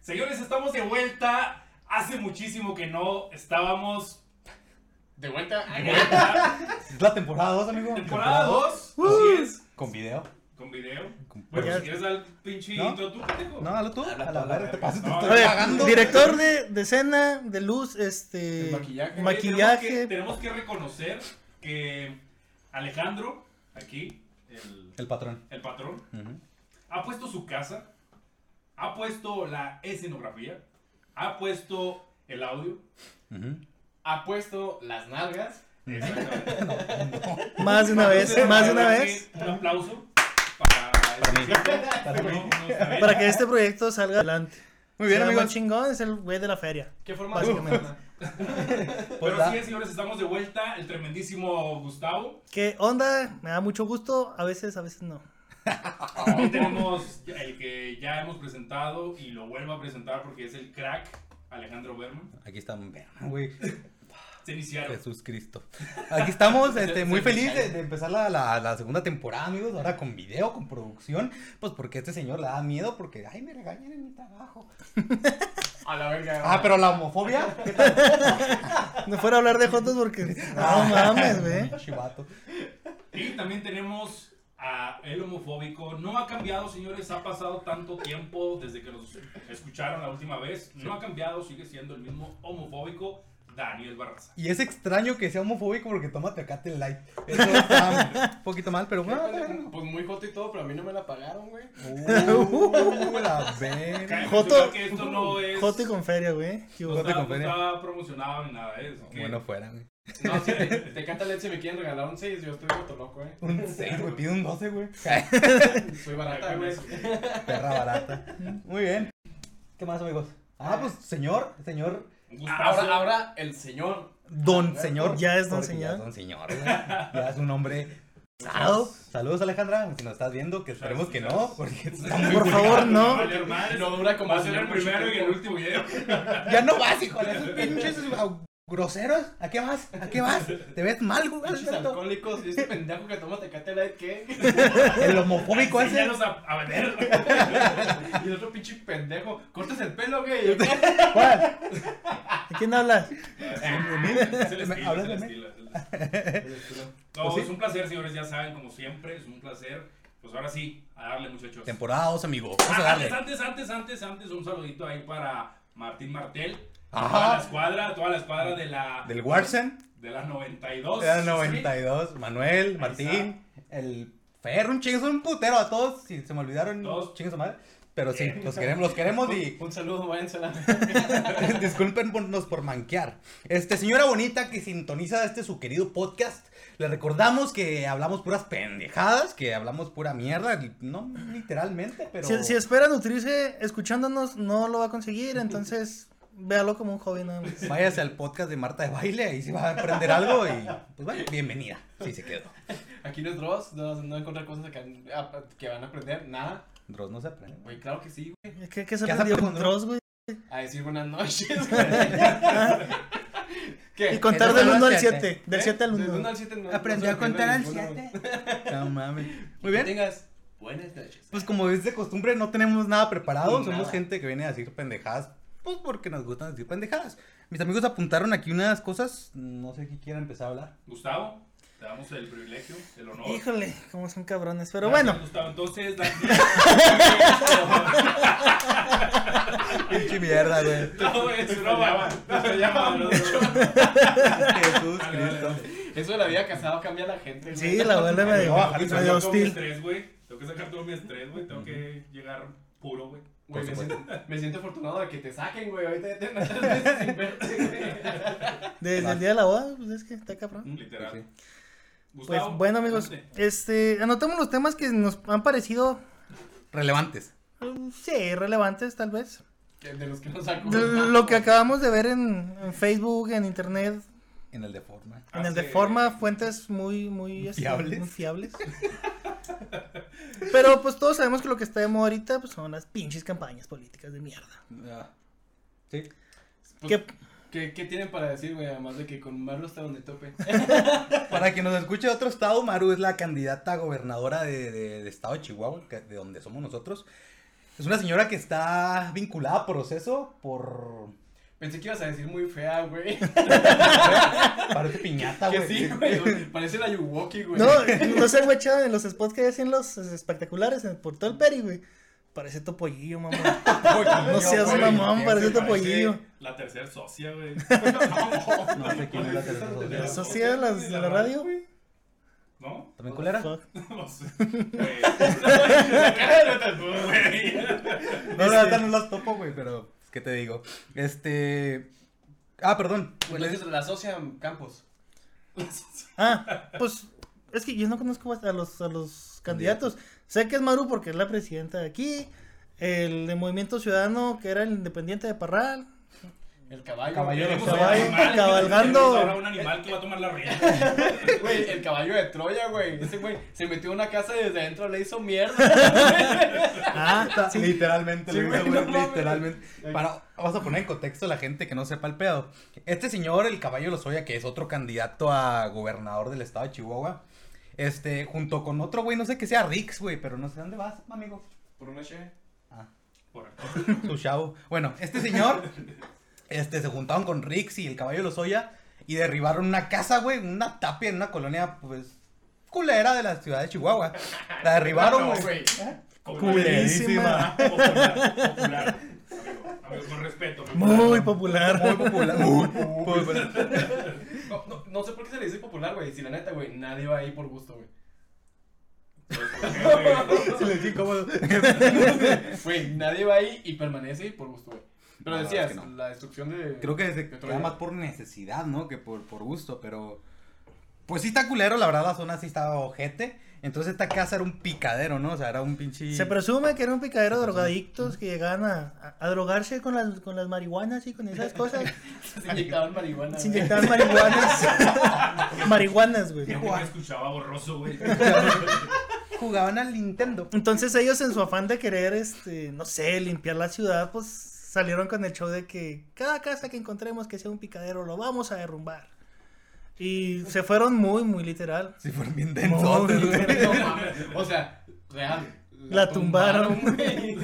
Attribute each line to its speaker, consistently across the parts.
Speaker 1: Señores, estamos de vuelta. Hace muchísimo que no estábamos
Speaker 2: De vuelta.
Speaker 1: de vuelta.
Speaker 3: Es la temporada 2, amigo.
Speaker 1: Temporada 2, así es,
Speaker 3: Con video.
Speaker 1: con video.
Speaker 3: Con-
Speaker 1: Bueno,
Speaker 3: Ya-
Speaker 1: si quieres al pinche
Speaker 3: ¿No?
Speaker 1: intro tú, pendejo.
Speaker 3: No, hazlo tú. A la verga, te pases, te
Speaker 1: No,
Speaker 3: estoy
Speaker 1: a ver,
Speaker 3: pagando.
Speaker 4: Director de, de escena, de luz, este.
Speaker 2: De maquillaje.
Speaker 1: Oye, tenemos
Speaker 4: maquillaje.
Speaker 1: que- Tenemos que, reconocer que Alejandro, aquí, el,
Speaker 3: El patrón.
Speaker 1: el patrón,
Speaker 3: Ujú.
Speaker 1: ha puesto su casa, ha puesto la escenografía, ha puesto el audio.
Speaker 3: Ujú.
Speaker 2: Ha puesto las nalgas.
Speaker 1: Exactamente.
Speaker 4: Más de una vez,
Speaker 1: Entonces,
Speaker 4: más de
Speaker 1: la
Speaker 4: una
Speaker 1: verdad
Speaker 4: vez.
Speaker 1: que Un aplauso para
Speaker 3: Para mí.
Speaker 1: este güey,
Speaker 3: mí.
Speaker 1: no sabe.
Speaker 4: Para que este proyecto salga adelante.
Speaker 3: Muy bien,
Speaker 4: O sea,
Speaker 3: amigos.
Speaker 4: más chingón es el güey de la feria.
Speaker 2: ¿Qué forma de
Speaker 4: Básicamente.
Speaker 3: Pues
Speaker 1: Pero
Speaker 3: da.
Speaker 1: así es, señores, estamos de vuelta. El tremendísimo Gustavo.
Speaker 4: ¿Qué onda? Me da mucho gusto. A veces, a veces no.
Speaker 3: Oh.
Speaker 1: Aquí tenemos el que ya hemos presentado y lo vuelvo a presentar porque es el crack Alejandro Berman.
Speaker 3: Aquí estamos, vean, güey.
Speaker 1: Se iniciaron.
Speaker 3: Jesús Cristo. Aquí estamos, este,
Speaker 2: Se-
Speaker 3: muy
Speaker 2: se
Speaker 3: feliz de,
Speaker 2: iniciaron.
Speaker 3: de empezar la, la- la segunda temporada, amigos. Ahora con video, con producción. Pues porque a este señor le da miedo, porque, ay, me regañan en mi trabajo.
Speaker 2: A la verga.
Speaker 3: Ah, pero la homofobia. ¿Qué tal?
Speaker 4: No fuera a hablar de Jotos porque.
Speaker 3: Ah,
Speaker 4: No mames, güey.
Speaker 3: Pinche vato.
Speaker 1: Y también tenemos a el homofóbico. No ha cambiado, señores. Ha pasado tanto tiempo desde que nos escucharon la última vez. No ha cambiado, sigue siendo el mismo homofóbico Daniel Barraza.
Speaker 3: Y es extraño que sea homofóbico porque toma tecate light. Eso está un poquito mal, pero bueno.
Speaker 2: Pues muy joto y todo, pero a mí no me la pagaron, güey.
Speaker 3: Uh, la verga.
Speaker 1: Cabe
Speaker 4: Joto-
Speaker 1: mencionar que esto no es.
Speaker 4: Joto y con feria, güey. ¿Qué
Speaker 1: no
Speaker 4: hubo?
Speaker 3: Joto y
Speaker 1: está,
Speaker 3: con
Speaker 1: no
Speaker 3: feria.
Speaker 1: está promocionado ni nada de eso.
Speaker 3: Bueno, fuera, güey.
Speaker 2: No, si te, te canta leche y me quieren regalar un 6, yo estoy joto loco, güey.
Speaker 3: Un 6, güey. Pide un 12, güey.
Speaker 2: Soy barata, güey.
Speaker 3: Perra barata. Muy bien. ¿Qué más, amigos? Ah, pues señor, señor,
Speaker 2: Pues,
Speaker 1: Ah,
Speaker 2: Ahora, ahora el señor.
Speaker 3: don
Speaker 2: Alberto.
Speaker 3: señor.
Speaker 4: Ya es don
Speaker 3: Porque
Speaker 4: señor.
Speaker 3: Ya es don señor, güey. Ya es un hombre. pesado. Saludos, Alejandra. Si nos estás viendo, que esperemos que no, porque está muy
Speaker 4: Por
Speaker 3: vulgar.
Speaker 4: favor, no.
Speaker 2: No dura como
Speaker 1: Ah, va a ser el
Speaker 2: señor mucho
Speaker 1: primero y el
Speaker 2: tiempo.
Speaker 1: último video.
Speaker 3: Ya no vas, hijo, de esos pinches ah, groseros. ¿A qué vas? ¿A qué vas? Te ves mal, güey.
Speaker 2: Pinches
Speaker 3: Alberto.
Speaker 2: alcohólicos y este pendejo que toma tecate light, ¿qué?
Speaker 3: El homofóbico ese.
Speaker 1: Enséñanos a, a vender.
Speaker 2: Y el otro pinche pendejo, cortas el pelo, güey.
Speaker 3: ¿Cuál?
Speaker 4: ¿De quién hablas?
Speaker 1: Es el estilo,
Speaker 3: ¿Hablas
Speaker 1: es el
Speaker 3: de mí?
Speaker 1: estilo, es el estilo. No,
Speaker 3: Pues sí.
Speaker 1: es un placer, señores, ya saben, como siempre, es un placer. Pues ahora sí, a darle, muchachos.
Speaker 3: Temporada 2, amigo. Vamos a
Speaker 1: Ah, antes,
Speaker 3: darle.
Speaker 1: antes, antes, antes, antes, un saludito ahí para Martín Martel.
Speaker 3: Ajá.
Speaker 1: Toda la escuadra, toda la escuadra de la.
Speaker 3: Del Warsen.
Speaker 1: De la 92.
Speaker 3: Era
Speaker 1: Oh, ¿sí?
Speaker 3: 92. Manuel, Martín, el Fer, un chingo, un putero a todos. Si se me olvidaron,
Speaker 1: Todos.
Speaker 3: chingues a madre. Pero sí, los queremos, los queremos y
Speaker 2: Un saludo, váyanse a la.
Speaker 3: discúlpenos por manquear. Este, señora bonita que sintoniza este su querido podcast, le recordamos que hablamos puras pendejadas, que hablamos pura mierda, no literalmente, pero...
Speaker 4: Si, si espera nutrirse escuchándonos, no lo va a conseguir. Entonces, véalo como un hobby nada más.
Speaker 3: Váyase al podcast de Marta de Baile, ahí se va a aprender algo y pues bueno, bienvenida, si se quedó.
Speaker 2: Aquí no es Dross, no, no encontrar cosas que, han- a- que van a aprender, nada.
Speaker 3: Dross no se aprende.
Speaker 2: Güey, claro que sí, güey.
Speaker 4: ¿Qué, qué se
Speaker 3: ¿Qué has
Speaker 4: aprendió con
Speaker 3: aprendido?
Speaker 4: Dross, güey?
Speaker 2: A decir buenas noches, güey.
Speaker 4: Y
Speaker 2: ¿Qué?
Speaker 4: contar
Speaker 3: Del
Speaker 4: del 1 al
Speaker 3: uno al
Speaker 4: 7. Del
Speaker 2: ¿Eh?
Speaker 4: 7 al
Speaker 2: Del 1
Speaker 4: 1.
Speaker 2: al 7 no.
Speaker 3: Aprendí
Speaker 2: no
Speaker 3: a
Speaker 2: se aprende
Speaker 3: contar al
Speaker 2: ninguno, güey.
Speaker 3: 7. No mames. Muy
Speaker 2: Que
Speaker 3: bien.
Speaker 2: tengas buenas noches.
Speaker 3: Pues como es de costumbre, no tenemos nada preparado.
Speaker 2: Nada.
Speaker 3: Somos gente que viene a decir pendejadas. Pues porque nos gustan decir pendejadas. Mis amigos apuntaron aquí unas cosas. No sé quién quiera empezar a hablar.
Speaker 1: Gustavo, te damos el privilegio, el honor.
Speaker 4: Híjole, cómo son cabrones. Pero
Speaker 1: Gracias,
Speaker 4: bueno,
Speaker 1: Gustavo, entonces, la-
Speaker 3: Pinche mierda, güey.
Speaker 1: no, es broma. No, se llama, no, no, no.
Speaker 3: Jesús
Speaker 1: Dale, dale,
Speaker 3: Cristo.
Speaker 1: dale.
Speaker 2: Eso de la vida casado cambia a la gente, güey.
Speaker 4: sí, la abuela
Speaker 1: pues,
Speaker 4: me
Speaker 3: No, bajarle
Speaker 1: Tengo que
Speaker 4: medio
Speaker 1: sacar todo mi
Speaker 4: hostil.
Speaker 1: estrés, güey. Tengo que sacar todo mi estrés, güey. Tengo que llegar puro, güey.
Speaker 2: Güey,
Speaker 3: Por
Speaker 2: me
Speaker 3: supuesto.
Speaker 2: siento, me siento afortunado de que te saquen, güey. Ahorita ya te andas tres veces sin verte, güey.
Speaker 4: Desde el día de la boda, pues es que está cabrón.
Speaker 1: Literal.
Speaker 3: Sí.
Speaker 4: Pues
Speaker 1: Gustavo,
Speaker 4: bueno, amigos,
Speaker 1: adelante.
Speaker 4: este, anotamos los temas que nos han parecido,
Speaker 3: Relevantes.
Speaker 4: mm, sí, relevantes tal vez.
Speaker 2: Que- De los que no saco.
Speaker 4: De Lo que acabamos de ver en, en Facebook, en internet,
Speaker 3: En el de forma.
Speaker 4: en el de
Speaker 1: Hace-
Speaker 4: forma, fuentes muy, muy este,
Speaker 3: Fiables.
Speaker 4: muy fiables. Pero pues todos sabemos que lo que está de moda ahorita pues, son las pinches campañas políticas de mierda.
Speaker 3: Sí.
Speaker 2: Pues,
Speaker 4: Que
Speaker 2: ¿Qué, ¿Qué tienen para decir, güey? Además de que con Marlo está donde tope.
Speaker 3: Para quien nos escuche de otro estado, Maru es la candidata a gobernadora de, de- de estado de Chihuahua, que- de donde somos nosotros. Es una señora que está vinculada a proceso por.
Speaker 2: Pensé que ibas a decir muy fea, güey.
Speaker 3: Parece piñata,
Speaker 2: que
Speaker 3: güey.
Speaker 2: sí, güey. Parece la Yuwoki, güey.
Speaker 4: Ah, No, no sé, güey, chavo, en los spots que hacen los espectaculares en- por todo el peri, güey. Parece topollillo, mamón. No seas
Speaker 1: güey,
Speaker 4: mamón,
Speaker 1: Parece
Speaker 4: parece topollillo.
Speaker 1: La tercera socia, güey.
Speaker 3: No sé quién es la tercera socia.
Speaker 4: ¿Eso sí de las- de la radio, güey?
Speaker 1: ¿No?
Speaker 3: ¿También culera?
Speaker 4: Fuck.
Speaker 1: No sé. Güey. La cara de tatu, güey.
Speaker 3: No, la
Speaker 2: Este,
Speaker 3: verdad no las topo, güey, pero. pues, ¿Qué te digo? Este. Ah, perdón.
Speaker 2: Entonces Pues la asocian Campos.
Speaker 4: Ah, pues es que yo no conozco a los, a los candidatos. Sé que es Maru porque es la presidenta de aquí. El de Movimiento Ciudadano, que era el independiente de Parral.
Speaker 2: El caballo.
Speaker 3: Caballero.
Speaker 2: güey.
Speaker 1: Tenemos
Speaker 4: caballo,
Speaker 1: un animal,
Speaker 4: cabalgando.
Speaker 1: tenemos Ahora un animal que va a tomar la rienda.
Speaker 2: Güey, el caballo de Troya, güey. Ese güey se metió en una casa y desde adentro le hizo mierda.
Speaker 4: Ah, sí.
Speaker 3: Literalmente,
Speaker 2: Sí,
Speaker 3: lo
Speaker 2: güey,
Speaker 3: hizo, güey,
Speaker 2: no mames.
Speaker 3: literalmente. Para, vamos a poner en contexto a la gente que no sepa el pedo. Este señor, el caballo Lozoya, que es otro candidato a gobernador del estado de Chihuahua, este, junto con otro güey, no sé que sea Rix, güey, pero no sé dónde vas, amigo.
Speaker 2: Por una che.
Speaker 3: Ah,
Speaker 1: Por acá.
Speaker 3: su chavo. Bueno, este señor, este, se juntaron con Rix y el caballo Lozoya y derribaron una casa, güey, una tapia en una colonia, pues, culera de la ciudad de Chihuahua. La derribaron,
Speaker 2: No,
Speaker 3: güey.
Speaker 2: güey.
Speaker 4: Culerísima.
Speaker 1: Popular, popular. Amigo, amigo, con respeto.
Speaker 4: Muy
Speaker 1: popular.
Speaker 3: Muy
Speaker 4: popular.
Speaker 3: popular. Pues, Muy popular.
Speaker 2: No, no, no sé por qué se le dice popular, güey. Si la neta, güey, nadie va ahí por gusto, güey.
Speaker 3: Se les incómodo.
Speaker 2: Güey, nadie va ahí y permanece por gusto, güey. Pero
Speaker 3: No, la
Speaker 2: decías,
Speaker 3: verdad es que no.
Speaker 2: la destrucción de.
Speaker 3: Creo que desde
Speaker 2: de
Speaker 3: que
Speaker 2: Troya.
Speaker 3: más por necesidad, ¿no? Que por, por gusto, pero. Pues sí está culero, la verdad, la zona sí estaba ojete. Entonces esta casa era un picadero, ¿no? O sea, era un pinche.
Speaker 4: Se presume que era un picadero de drogadictos que llegaban a, a- a drogarse con las, con las marihuanas y con esas cosas.
Speaker 2: Se inyectaban marihuana.
Speaker 4: Se
Speaker 2: güey.
Speaker 4: inyectaban marihuanas. marihuanas, güey.
Speaker 1: Yo me escuchaba borroso, güey.
Speaker 3: Jugaban al Nintendo.
Speaker 4: Entonces ellos en su afán de querer, este, no sé, limpiar la ciudad, pues salieron con el show de que cada casa que encontremos que sea un picadero lo vamos a derrumbar. Y se fueron muy, muy literal.
Speaker 3: Sí, fueron bien
Speaker 4: No,
Speaker 3: densos. güey.
Speaker 2: No mames. O sea, real.
Speaker 4: La tumbaron.
Speaker 2: güey.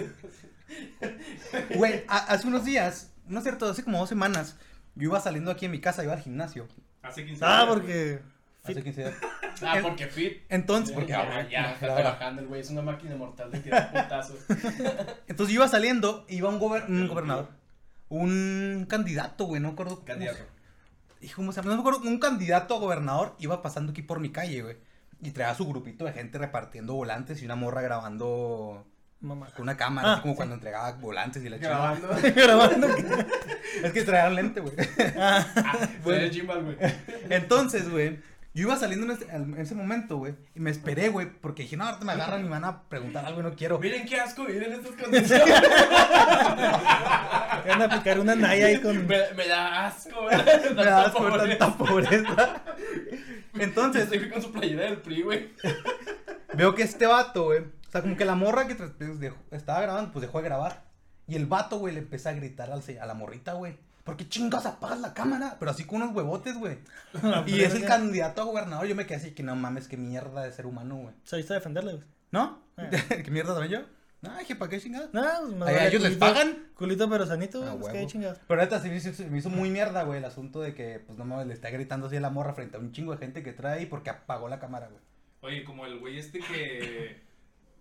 Speaker 3: Güey, a- hace unos días, no es cierto, hace como dos semanas, yo iba saliendo aquí en mi casa, iba al gimnasio.
Speaker 1: Hace 15
Speaker 4: Ah,
Speaker 1: años.
Speaker 4: porque...
Speaker 3: Hace 15 días.
Speaker 2: Ah, porque fit.
Speaker 3: Entonces, porque.
Speaker 2: ya,
Speaker 3: ah,
Speaker 2: ya, ya, está
Speaker 3: era-
Speaker 2: trabajando el güey. Es una máquina mortal de tirar putazos.
Speaker 3: Entonces yo iba saliendo, iba un, gober- un gobernador. Un candidato, güey, no me acuerdo. cómo se-
Speaker 2: Candidato.
Speaker 3: Hijo, ¿cómo se llama? No me acuerdo, un candidato a gobernador iba pasando aquí por mi calle, güey. Y traía su grupito de gente repartiendo volantes y una morra grabando
Speaker 4: Mamá.
Speaker 3: con una cámara,
Speaker 4: Ah,
Speaker 3: así como cuando entregaba volantes y la chingada.
Speaker 2: Grabando.
Speaker 4: Grabando.
Speaker 3: Es que traían lente, güey.
Speaker 2: Bueno, Jimbal, güey.
Speaker 3: Entonces, güey, yo iba saliendo en, este- en ese momento, güey, y me esperé, güey, porque dije, no, ahorita me agarran y me van a preguntar algo y no quiero.
Speaker 2: Miren qué asco vivir en estas condiciones.
Speaker 4: Van a aplicar una naya ahí con...
Speaker 2: Me, me da asco, güey.
Speaker 3: Me das por tanta pobreza. Entonces,
Speaker 2: Entonces, estoy con su playera del PRI, güey.
Speaker 3: Veo que este vato, güey. O sea, como que la morra que tras- pues, dejó- estaba grabando, pues dejó de grabar. Y el vato, güey, le empieza a gritar al se- a la morrita, güey. ¿Por qué chingas apagas la cámara? Pero así con unos huevotes, güey. Y es el candidato a gobernador. Yo me quedé así que no mames, qué mierda de ser humano, güey.
Speaker 4: Saliste a defenderle, güey.
Speaker 3: ¿No?
Speaker 4: Ah.
Speaker 3: ¿Qué mierda soy yo? No, dije, ¿para qué chingadas?
Speaker 4: No, pues me
Speaker 3: Ay,
Speaker 4: vale
Speaker 3: ¿ellos les
Speaker 4: culito-
Speaker 3: pagan?
Speaker 4: Culito pero sanito, güey.
Speaker 3: Ah,
Speaker 4: pues, qué
Speaker 3: huevo.
Speaker 4: chingados.
Speaker 3: Pero neta, sí me hizo, se me hizo muy mierda, güey, el asunto de que, pues no mames, le está gritando así a la morra frente a un chingo de gente que trae ahí porque apagó la cámara, güey.
Speaker 1: Oye, como el güey este que.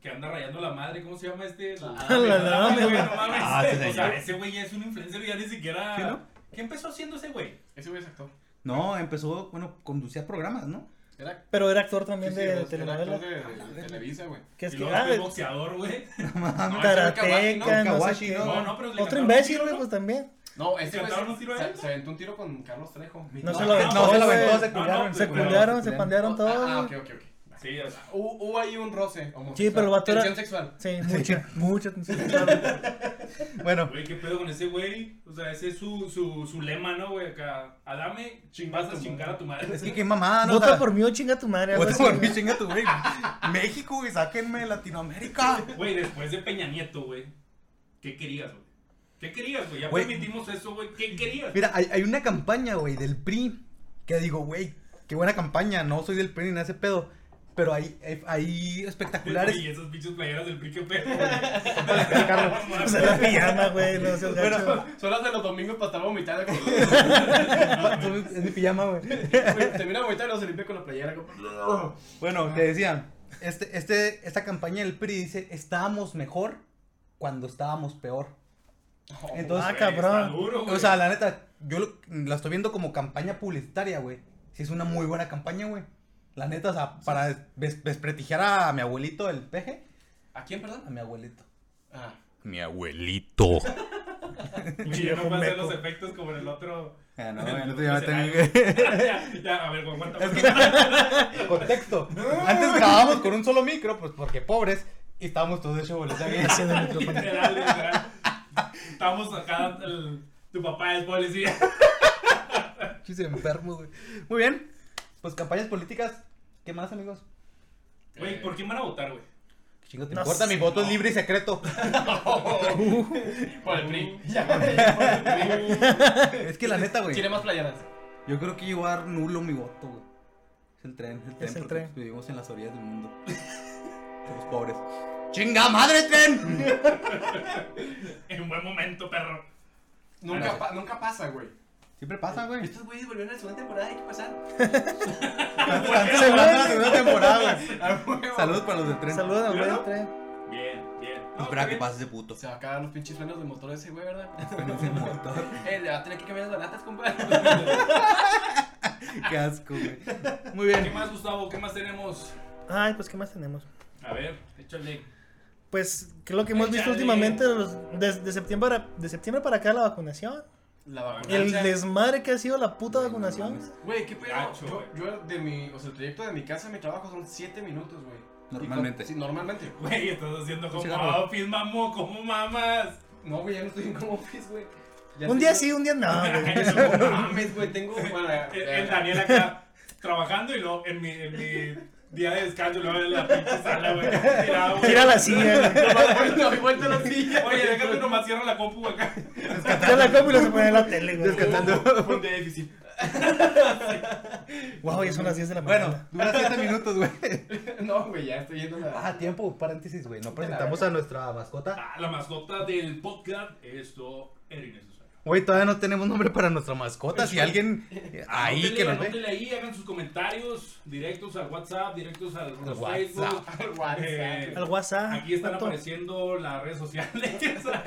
Speaker 1: Que anda rayando la madre, ¿cómo se llama este?
Speaker 2: Ah,
Speaker 4: la
Speaker 1: Adame,
Speaker 4: Adame,
Speaker 1: güey,
Speaker 4: güey.
Speaker 1: no mames.
Speaker 3: Ah, ese
Speaker 1: o sea,
Speaker 3: señor.
Speaker 1: ese güey ya es un influencer y ya ni siquiera.
Speaker 3: ¿Sí, no?
Speaker 1: ¿Qué empezó haciendo ese güey?
Speaker 2: Ese güey es actor.
Speaker 3: No, empezó, bueno, conducía programas, ¿no?
Speaker 2: Era
Speaker 4: Pero era actor
Speaker 2: sí,
Speaker 4: también
Speaker 2: sí,
Speaker 4: de,
Speaker 2: era- era actor
Speaker 4: telenovela.
Speaker 2: de- de Televisa, güey.
Speaker 4: Que es
Speaker 1: y
Speaker 4: que...
Speaker 1: luego
Speaker 4: ah,
Speaker 1: fue
Speaker 4: güey,
Speaker 1: boxeador, güey.
Speaker 3: mames.
Speaker 4: Karateka, no sé
Speaker 3: Kawashi,
Speaker 4: qué.
Speaker 3: ¿no?
Speaker 1: No, no, pero le
Speaker 4: Otro
Speaker 1: cantaron
Speaker 4: imbécil,
Speaker 1: un tiro,
Speaker 4: güey,
Speaker 1: ¿no?
Speaker 4: pues también.
Speaker 2: No, este
Speaker 1: ¿Le
Speaker 2: güey
Speaker 1: cantaron un
Speaker 2: se,
Speaker 1: tiro a
Speaker 2: se,
Speaker 1: él?
Speaker 2: se aventó un tiro con Carlos Trejo.
Speaker 4: pues, No se
Speaker 1: No,
Speaker 4: lo aventó,
Speaker 3: no, se lo
Speaker 4: güey.
Speaker 3: aventó, se
Speaker 1: No,
Speaker 3: culiaron,
Speaker 1: no,
Speaker 3: se
Speaker 4: Se
Speaker 1: pero-
Speaker 4: culiaron, se
Speaker 3: culiaron.
Speaker 4: pandearon todos.
Speaker 2: Ah, ah, ok,
Speaker 4: güey.
Speaker 2: ok, ok.
Speaker 1: Sí, o sea,
Speaker 2: Hu- Hubo ahí un roce homosexual.
Speaker 4: Sí, pero el vato era-
Speaker 2: Tensión sexual.
Speaker 4: Sí, mucha, mucha atención. claro.
Speaker 3: Bueno,
Speaker 1: Güey, ¿qué pedo con ese güey? O sea, ese es su, su, su lema, ¿no, güey? Acá, Adame,
Speaker 2: Chinga
Speaker 1: vas
Speaker 2: tu
Speaker 1: a chingar
Speaker 2: madre.
Speaker 1: a tu madre.
Speaker 3: es que qué mamada, ¿no? O
Speaker 4: Vota
Speaker 3: sea,
Speaker 4: por mí o chinga tu madre. algo
Speaker 3: vota
Speaker 4: así,
Speaker 3: por
Speaker 4: güey.
Speaker 3: mí, chinga tu güey. México, güey, sáquenme de Latinoamérica.
Speaker 1: Güey, después de Peña Nieto, güey, ¿qué querías, güey? ¿Qué querías, güey? Ya
Speaker 3: Güey.
Speaker 1: permitimos eso, güey. ¿Qué querías?
Speaker 3: Mira, hay, hay una campaña, güey, del PRI que digo, güey, qué buena campaña, no soy del PRI ni nada de ese pedo. Pero hay, hay, hay espectaculares.
Speaker 1: Y esas pinches playeras del Prique Pedro.
Speaker 4: Usa la pijama, güey, no seas
Speaker 2: Bueno,
Speaker 4: gacho.
Speaker 2: son las de los domingos para estar vomitando. Como...
Speaker 3: Es mi pijama, güey.
Speaker 2: Termina vomitando y luego se limpia con la playera. Como...
Speaker 3: Bueno, te decían, este, este, esta campaña del PRI dice, estábamos mejor cuando estábamos peor. Entonces-
Speaker 1: güey,
Speaker 4: Ah, cabrón.
Speaker 1: está duro, güey.
Speaker 3: O sea, la neta, yo lo- la estoy viendo como campaña publicitaria, güey. Sí, es una muy buena campaña, güey. La neta, o sea, para des- des- desprestigiar a mi abuelito el peje.
Speaker 2: ¿A quién, perdón?
Speaker 3: A mi abuelito.
Speaker 2: Ah.
Speaker 3: Mi abuelito.
Speaker 1: Y ya no puede hacer
Speaker 4: Meco.
Speaker 1: los efectos como en el otro.
Speaker 3: Ah, no,
Speaker 1: en el
Speaker 3: el
Speaker 1: otro
Speaker 3: otro ya me
Speaker 1: escenario.
Speaker 3: tengo que-
Speaker 1: ya, ya, a ver, güey, aguanta.
Speaker 3: Es que- contexto. Antes grabábamos con un solo micro, pues porque pobres, y estábamos todos de choboles.
Speaker 4: Ese del micrófono.
Speaker 1: Literal, literal. Estamos acá, el- tu papá es policía.
Speaker 3: Chis enfermo, güey. Muy bien. Pues campañas políticas. ¿Qué más, amigos?
Speaker 1: Güey, ¿por quién van a votar, güey?
Speaker 3: ¿Qué chingo te
Speaker 4: No
Speaker 3: importa?
Speaker 4: sé,
Speaker 3: Mi voto es
Speaker 4: no.
Speaker 3: libre y secreto.
Speaker 2: Por el PRI.
Speaker 3: es que la neta, güey.
Speaker 2: Tiene más playeras.
Speaker 3: Yo creo que yo voy a dar nulo mi voto, güey. Es el tren, el tren.
Speaker 4: el
Speaker 3: porque
Speaker 4: tren.
Speaker 3: Vivimos en las orillas del mundo. Somos pobres. ¡Chinga madre, tren!
Speaker 1: En buen momento, perro.
Speaker 2: Nunca, pa- nunca pasa, güey.
Speaker 3: Siempre pasa, güey.
Speaker 2: Estos güeyes volvieron a la segunda temporada, hay que pasar.
Speaker 3: Antes de la segunda temporada, güey.
Speaker 2: A huevo.
Speaker 3: Saludos para los del tren.
Speaker 4: Saludos a
Speaker 1: ¿Claro?
Speaker 4: Buen Tren.
Speaker 1: Bien, bien. No,
Speaker 3: Espera
Speaker 1: está
Speaker 3: que
Speaker 1: bien.
Speaker 3: pases de puto.
Speaker 2: Se va a acabar los pinches frenos del motor ese, güey, ¿verdad?
Speaker 3: Ese motor.
Speaker 2: Eh, le va a tener que cambiar las balatas, compadre.
Speaker 3: Qué asco, güey. Muy bien.
Speaker 1: ¿Qué más, Gustavo? ¿Qué más tenemos?
Speaker 4: Ay, pues, ¿qué más tenemos?
Speaker 1: A ver, échale.
Speaker 4: Pues, ¿qué es lo que hemos visto
Speaker 1: Échale.
Speaker 4: últimamente? Los- des- de, septiembre para- de septiembre para acá la vacunación.
Speaker 2: La
Speaker 4: El
Speaker 2: vacunancia.
Speaker 4: desmadre que ha sido la puta vacunación.
Speaker 2: Güey, qué pedo.
Speaker 1: Gacho,
Speaker 2: yo,
Speaker 1: güey.
Speaker 2: yo de mi, o sea, el trayecto de mi casa a mi trabajo son 7 minutos, güey. Y con-
Speaker 3: Normalmente.
Speaker 2: Sí, normalmente.
Speaker 1: Güey, estás haciendo como
Speaker 3: cigarro.
Speaker 1: office, mamó, como mamas.
Speaker 2: No, güey, ya no estoy en como office, güey. Ya
Speaker 4: Un
Speaker 2: estoy-
Speaker 4: día sí, un día no, güey.
Speaker 1: Eso,
Speaker 2: No mames, güey, tengo. Bueno, ya-
Speaker 1: El,
Speaker 2: ya-
Speaker 1: el Daniel acá trabajando y luego en mi, en mi día de descanso, luego en la pinche sala, güey. tirado, güey.
Speaker 4: Tira la silla, güey.
Speaker 2: No, doy vuelta a la silla.
Speaker 1: Oye, déjame nomás cierro la compu acá.
Speaker 4: Tira la compu y la se pone en la tele, güey.
Speaker 3: Descansando.
Speaker 2: Un día difícil.
Speaker 4: Wow, ya son las 10 de la mañana.
Speaker 3: Bueno, dura 7 minutos, güey.
Speaker 2: No, güey, ya estoy yendo a la.
Speaker 3: Ah, tiempo, paréntesis, güey. No presentamos a nuestra mascota.
Speaker 1: Ah, la mascota del podcast es lo innecesario.
Speaker 3: Güey, todavía no tenemos nombre para nuestra mascota. Si alguien eh, ahí
Speaker 1: Anótenle,
Speaker 3: que nos ve.
Speaker 1: anótenle Ah, ahí, hagan sus comentarios directos al WhatsApp, directos al al
Speaker 3: WhatsApp.
Speaker 1: Facebook.
Speaker 2: Al WhatsApp.
Speaker 1: Eh,
Speaker 4: Al WhatsApp.
Speaker 1: Aquí están
Speaker 4: vato.
Speaker 1: apareciendo las redes sociales.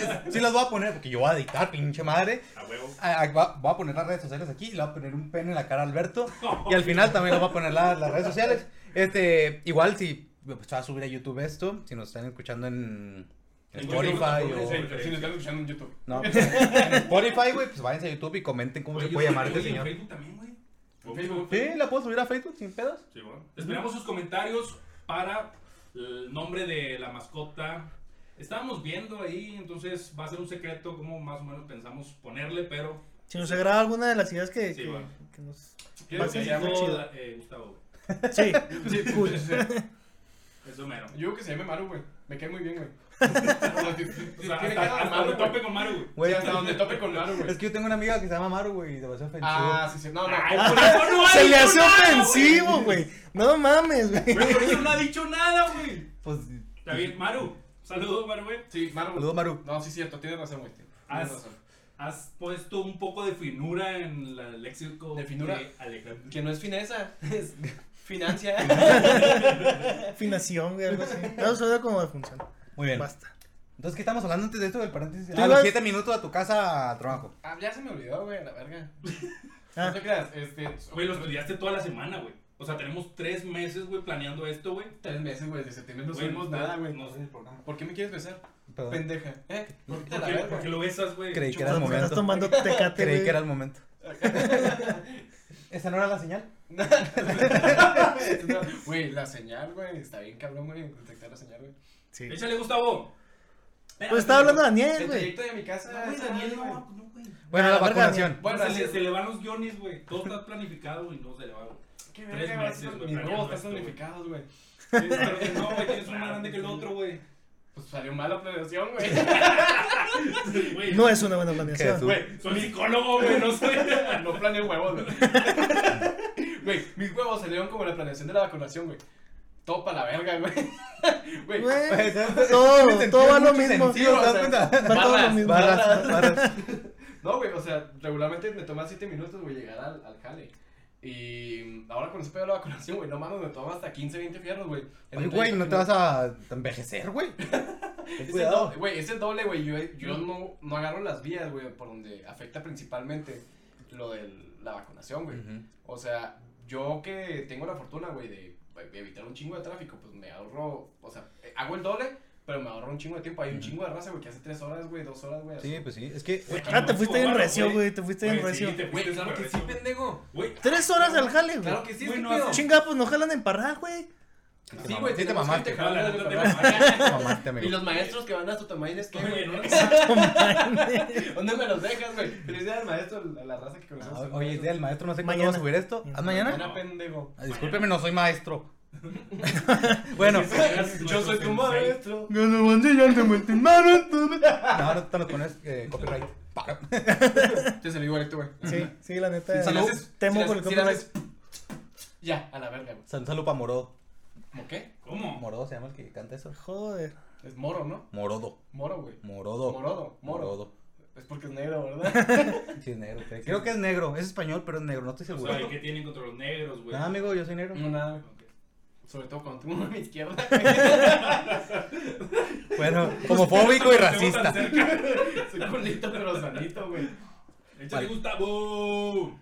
Speaker 3: Sí las voy a poner porque yo voy a dictar, pinche madre.
Speaker 1: A huevo.
Speaker 3: Ah, ah, va- Voy a poner las redes sociales aquí y le voy a poner un pene en la cara a Alberto. Y al final también le voy a poner la- las redes sociales. Este, igual si pues, va a subir a YouTube esto, si nos están escuchando en
Speaker 1: En
Speaker 3: Spotify
Speaker 1: YouTube,
Speaker 3: o.
Speaker 1: sí.
Speaker 2: Si nos están escuchando en YouTube.
Speaker 3: No, pues, en Spotify, güey, pues váyanse a YouTube y comenten cómo
Speaker 1: Oye,
Speaker 3: se puede llamar
Speaker 1: oye,
Speaker 3: este
Speaker 1: en
Speaker 3: señor.
Speaker 1: Facebook también, güey.
Speaker 2: En Facebook.
Speaker 3: Sí, la puedo subir a Facebook sin pedos.
Speaker 1: Sí, bueno. Esperamos sus comentarios para el nombre de la mascota. Estábamos viendo ahí, entonces va a ser un secreto cómo más o menos pensamos ponerle, pero
Speaker 4: Si nos agrada alguna de las ideas que,
Speaker 1: Sí,
Speaker 4: que-
Speaker 1: bueno.
Speaker 4: que nos...
Speaker 1: quiero
Speaker 4: Va a
Speaker 1: que se
Speaker 4: ser
Speaker 1: llame
Speaker 4: muy chido.
Speaker 1: la- eh, Gustavo.
Speaker 4: Sí,
Speaker 2: Sí, pues,
Speaker 4: cool.
Speaker 2: sí.
Speaker 1: Eso mero.
Speaker 2: Yo creo que se llame Maru, güey. Me cae muy bien, güey.
Speaker 1: O sea,
Speaker 2: Tiene
Speaker 1: hasta,
Speaker 2: cara de
Speaker 1: hasta donde
Speaker 2: Maru,
Speaker 1: tope
Speaker 2: güey.
Speaker 1: con Maru, güey.
Speaker 3: Güey,
Speaker 2: Sí, hasta donde tope con Maru,
Speaker 3: Es
Speaker 2: güey.
Speaker 3: que yo tengo una amiga que se llama Maru, güey, y se me hace ofensivo.
Speaker 2: Ah, sí, sí. No, no.
Speaker 1: Ay, por eso no ha
Speaker 4: Se le
Speaker 1: dicho
Speaker 4: hace
Speaker 1: nada,
Speaker 4: ofensivo, güey. No mames,
Speaker 1: güey.
Speaker 4: güey.
Speaker 1: Güey, Por eso no ha dicho nada, güey.
Speaker 3: Pues,
Speaker 1: Está bien, Maru. Saludos, Maru, güey.
Speaker 2: Sí, Maru.
Speaker 3: saludos, Maru.
Speaker 2: No, sí, cierto. Tienes razón, güey. Tienes
Speaker 1: Haz-
Speaker 2: razón.
Speaker 1: Has puesto un poco de finura en la- el léxico
Speaker 2: De finura.
Speaker 1: Alejandro.
Speaker 2: Que no es fineza, es financia.
Speaker 4: Afinación, güey, algo así. No, solo como funciona.
Speaker 3: Muy bien.
Speaker 4: Basta.
Speaker 3: Entonces, ¿qué estamos hablando antes de esto del paréntesis?
Speaker 4: Tú
Speaker 3: A los
Speaker 4: ibas-
Speaker 3: 7 minutos a tu casa a trabajo.
Speaker 2: Ah, ya se me olvidó, güey, la verga.
Speaker 4: Ah.
Speaker 2: No te creas, este.
Speaker 1: Güey, lo estudiaste toda la semana, güey. O sea, tenemos tres meses, güey, planeando esto, güey.
Speaker 2: Tres meses, güey, de septiembre no
Speaker 1: Güey,
Speaker 2: subimos
Speaker 1: no-
Speaker 2: nada, güey.
Speaker 1: no sé el
Speaker 2: ¿Por qué me quieres besar?
Speaker 3: Perdón.
Speaker 2: Pendeja. ¿Eh? ¿Por qué te la
Speaker 1: Porque,
Speaker 2: verga?
Speaker 1: lo besas, güey.
Speaker 3: Creí que
Speaker 4: O
Speaker 3: era
Speaker 4: sea,
Speaker 3: el
Speaker 4: porque estás
Speaker 3: momento.
Speaker 4: tomando tecate,
Speaker 3: Creí
Speaker 4: güey.
Speaker 3: que era el momento. ¿Esa no era la señal?
Speaker 2: No, no, no. Güey, la señal, güey. Está bien cabrón, güey. Detectar la señal, güey.
Speaker 4: Sí.
Speaker 1: Échale, Gustavo.
Speaker 4: Pues estaba hablando Daniel,
Speaker 2: El
Speaker 4: güey.
Speaker 2: trayecto de mi casa.
Speaker 1: Güey,
Speaker 2: está
Speaker 1: Daniel,
Speaker 2: bien,
Speaker 1: no, no, güey.
Speaker 3: Bueno, la
Speaker 4: Ah, la verga,
Speaker 3: vacunación.
Speaker 1: Bueno,
Speaker 2: Bueno,
Speaker 1: se,
Speaker 2: Daniel.
Speaker 1: se le van los guiones, güey. Todo está planificado y no se le va, güey.
Speaker 2: Qué
Speaker 1: Tres
Speaker 2: verga, güey.
Speaker 1: meses, güey,
Speaker 2: Mis
Speaker 1: planeando
Speaker 2: huevos están
Speaker 1: esto, güey.
Speaker 2: sonificados, güey.
Speaker 1: Pero que No, güey, tienes uno más grande que el otro, güey.
Speaker 2: Pues salió mal la planeación, güey.
Speaker 1: Güey,
Speaker 4: No es una buena
Speaker 3: Que
Speaker 4: planeación.
Speaker 3: tú-
Speaker 1: Güey, soy psicólogo, güey, no soy.
Speaker 2: No planeé huevos, güey. Güey, mis huevos salieron como la planeación de la vacunación, güey. Todo para la verga, güey.
Speaker 3: Pues,
Speaker 2: Güey,
Speaker 4: Güey,
Speaker 3: Tiene
Speaker 4: todo, todo va lo
Speaker 3: mucho
Speaker 4: mismo.
Speaker 3: sentido, ¿te das
Speaker 2: o sea,
Speaker 3: cuenta?
Speaker 4: Va todo lo
Speaker 2: barras,
Speaker 4: mismo.
Speaker 3: Barras, barras.
Speaker 2: No, güey, o sea, regularmente me toma 7 minutos, güey, llegar al, al jale. Y ahora con ese pedo de la vacunación, güey, no mames, me toma hasta 15, 20 fierros, güey. En
Speaker 3: Oye, güey,
Speaker 2: un trayecto
Speaker 3: no
Speaker 2: que
Speaker 3: te vas a envejecer, güey. Ten
Speaker 2: Es el
Speaker 3: cuidado. Mm.
Speaker 2: doble, Güey, es el doble, güey. Yo, yo no, no agarro las vías, güey, por donde afecta principalmente lo de la vacunación, güey.
Speaker 3: Ujú.
Speaker 2: O sea, yo que tengo la fortuna, güey, de, de evitar un chingo de tráfico, pues me ahorro, o sea, eh, hago el doble, pero me ahorro un chingo de tiempo. Hay un chingo de raza, güey, que hace tres horas, güey, dos horas, güey.
Speaker 3: Sí,
Speaker 2: así.
Speaker 3: pues sí. Es que.
Speaker 1: Güey,
Speaker 4: Ah, te fuiste bien
Speaker 1: Bueno,
Speaker 4: recio,
Speaker 1: güey.
Speaker 4: güey. Te fuiste bien
Speaker 1: Güey, sí,
Speaker 4: recio.
Speaker 1: te fuiste
Speaker 2: Güey, claro
Speaker 1: súper
Speaker 2: que sí,
Speaker 1: recio.
Speaker 2: pendejo.
Speaker 1: Güey,
Speaker 4: Tres horas al jale, güey.
Speaker 2: Claro que sí,
Speaker 1: Güey,
Speaker 2: este
Speaker 1: no
Speaker 2: pedo.
Speaker 1: hace-
Speaker 4: Chinga, pues no jalan en parrar, güey.
Speaker 2: Sí, güey,
Speaker 3: Sí te
Speaker 2: tenemos
Speaker 3: mamaste.
Speaker 2: gente que habla de este
Speaker 1: Claro,
Speaker 2: los
Speaker 1: no te
Speaker 2: papás.
Speaker 3: Mamaste,
Speaker 2: Y
Speaker 3: amigo.
Speaker 2: los maestros que van a Tutamines, ¿qué,
Speaker 1: oye,
Speaker 2: güey?
Speaker 1: en un examen,
Speaker 2: ¿Dónde me los dejas, güey? Felicidades, maestro, a la raza que conocemos.
Speaker 3: Ah, Oye, el maestro, no sé cuándo
Speaker 4: Mañana.
Speaker 3: vas a subir esto. ¿Ah, mañana?
Speaker 2: Mañana, pendejo.
Speaker 3: Ah, Discúlpeme, no soy maestro. Bueno,
Speaker 2: Yo soy tu maestro.
Speaker 3: Yo no mandé, ya te metí mano, tú. No, ahora te lo pones eh, copyright. Pa.
Speaker 2: Te salió igual este, güey.
Speaker 4: Sí, sí, la neta.
Speaker 3: Sí,
Speaker 2: Si le
Speaker 3: salud.
Speaker 2: haces-
Speaker 4: Temo
Speaker 2: si le-
Speaker 4: por el
Speaker 2: si le
Speaker 4: copyright.
Speaker 2: haces- Ya, a la verga, güey.
Speaker 3: Un saludo para Morodo.
Speaker 2: ¿Cómo qué?
Speaker 1: ¿Cómo?
Speaker 3: Morodo se llama el que canta eso.
Speaker 4: Joder.
Speaker 2: Es moro, ¿no?
Speaker 3: Morodo.
Speaker 2: Moro, güey.
Speaker 3: Morodo.
Speaker 2: Morodo, moro.
Speaker 3: Morodo.
Speaker 2: Es porque es negro, ¿verdad?
Speaker 3: Sí, es negro. creo. Creo que es negro. Es español, pero es negro. No estoy
Speaker 2: Pues
Speaker 1: O
Speaker 3: seguro.
Speaker 1: sea, ¿qué tienen contra los negros, güey?
Speaker 3: Nada, amigo, yo soy negro.
Speaker 2: No, nada, güey.
Speaker 1: Ok.
Speaker 2: Sobre todo cuando tengo uno a mi izquierda.
Speaker 3: Bueno, homofóbico y
Speaker 1: Tengo tan
Speaker 3: racista.
Speaker 1: cerca.
Speaker 2: Soy culito, pero sanito, güey.
Speaker 1: Échale, Gustavo.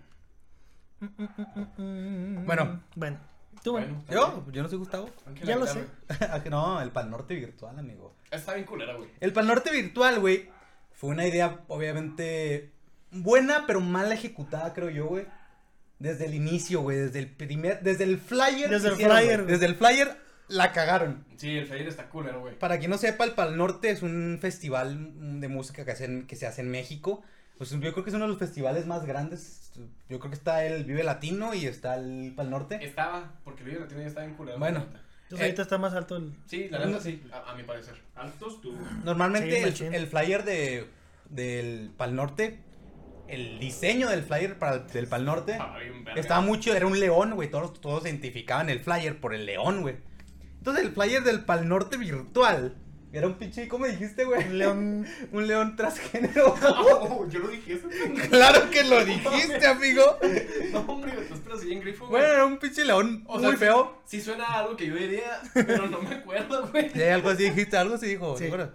Speaker 3: Bueno.
Speaker 4: Bueno. Tú, bueno.
Speaker 2: está
Speaker 3: ¿Yo?
Speaker 2: bien.
Speaker 3: ¿Yo no soy Gustavo?
Speaker 2: Ángela
Speaker 4: Ya lo
Speaker 2: Aguilar,
Speaker 4: sé.
Speaker 2: güey.
Speaker 3: Ah, que no, el Pal Norte virtual, amigo.
Speaker 2: Está bien culera, güey.
Speaker 3: El Pal Norte virtual, güey, fue una idea obviamente buena, pero mal ejecutada, creo yo, güey. Desde el inicio, güey, desde el primer, desde el flyer. que
Speaker 4: Desde el
Speaker 3: hicieron,
Speaker 4: flyer,
Speaker 3: güey.
Speaker 4: güey.
Speaker 3: Desde el flyer la cagaron.
Speaker 2: Sí, el flyer está culero, güey.
Speaker 3: Para quien no sepa, el Pal Norte es un festival de música que, hacen- que se hace en México. Pues yo creo que es uno de los festivales más grandes. Yo creo que está el Vive Latino y está el Pal Norte.
Speaker 2: Estaba, porque el video latino ya está bien culero.
Speaker 3: Bueno.
Speaker 2: güey.
Speaker 3: Eh,
Speaker 4: Entonces ahorita está más alto el.
Speaker 2: Sí, la
Speaker 3: No.
Speaker 2: neta sí, a, a mi parecer.
Speaker 1: Altos tú.
Speaker 3: Normalmente
Speaker 4: Sí,
Speaker 3: el-
Speaker 4: machín.
Speaker 3: el, flyer de, del Pal Norte, el diseño del flyer para el- del Pal Norte
Speaker 2: Estaba bien verga.
Speaker 3: estaba mucho, era un león, güey. Todos, todos identificaban el flyer por el león, güey. Entonces el flyer del Pal Norte virtual era un pinche, ¿cómo dijiste, güey?
Speaker 4: Un león.
Speaker 3: Un león transgénero.
Speaker 2: Oh, yo no dije eso.
Speaker 3: claro que lo dijiste, amigo.
Speaker 2: No, hombre, estás pero sí en grifo, güey.
Speaker 3: Bueno, era un pinche león
Speaker 2: O sea,
Speaker 3: muy
Speaker 2: sí-
Speaker 3: feo.
Speaker 2: Sí suena a algo que yo diría, pero no me acuerdo, güey.
Speaker 3: Sí, algo así dijiste, algo así dijo.
Speaker 4: Sí.
Speaker 3: ¿te acuerdas?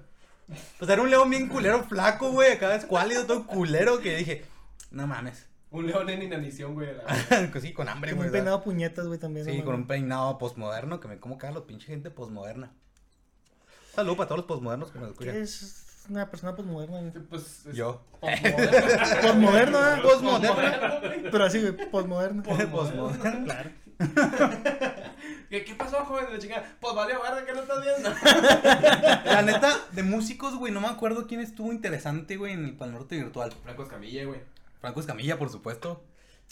Speaker 3: Pues era un león bien culero, flaco, güey. Acá escuálido, todo culero. Que dije, no mames.
Speaker 2: Un león en inanición, güey. la-
Speaker 3: Pues sí, con hambre,
Speaker 4: Con
Speaker 3: güey.
Speaker 4: un
Speaker 3: ¿verdad?
Speaker 4: peinado puñetas, güey, también.
Speaker 3: Sí,
Speaker 4: no
Speaker 3: con un
Speaker 4: mames.
Speaker 3: peinado posmoderno. Que me como cada los pinche gente posmoderna. Saludo para todos los posmodernos que nos
Speaker 4: ¿Qué
Speaker 3: escuchan.
Speaker 4: es una persona posmoderna, güey?
Speaker 2: Pues. es-
Speaker 3: Yo.
Speaker 2: Posmoderno.
Speaker 4: Posmoderno, ¿eh?
Speaker 2: Posmoderno, güey.
Speaker 4: Pero así, güey, posmoderno.
Speaker 3: Posmoderno.
Speaker 4: Claro.
Speaker 2: ¿Qué, ¿Qué pasó, joven de la chingada? Pues vale, guarda que no estás viendo.
Speaker 3: La neta, de músicos, güey, no me acuerdo quién estuvo interesante, güey, en el Pal Norte Virtual.
Speaker 2: Franco Escamilla, güey.
Speaker 3: Franco Escamilla, por supuesto.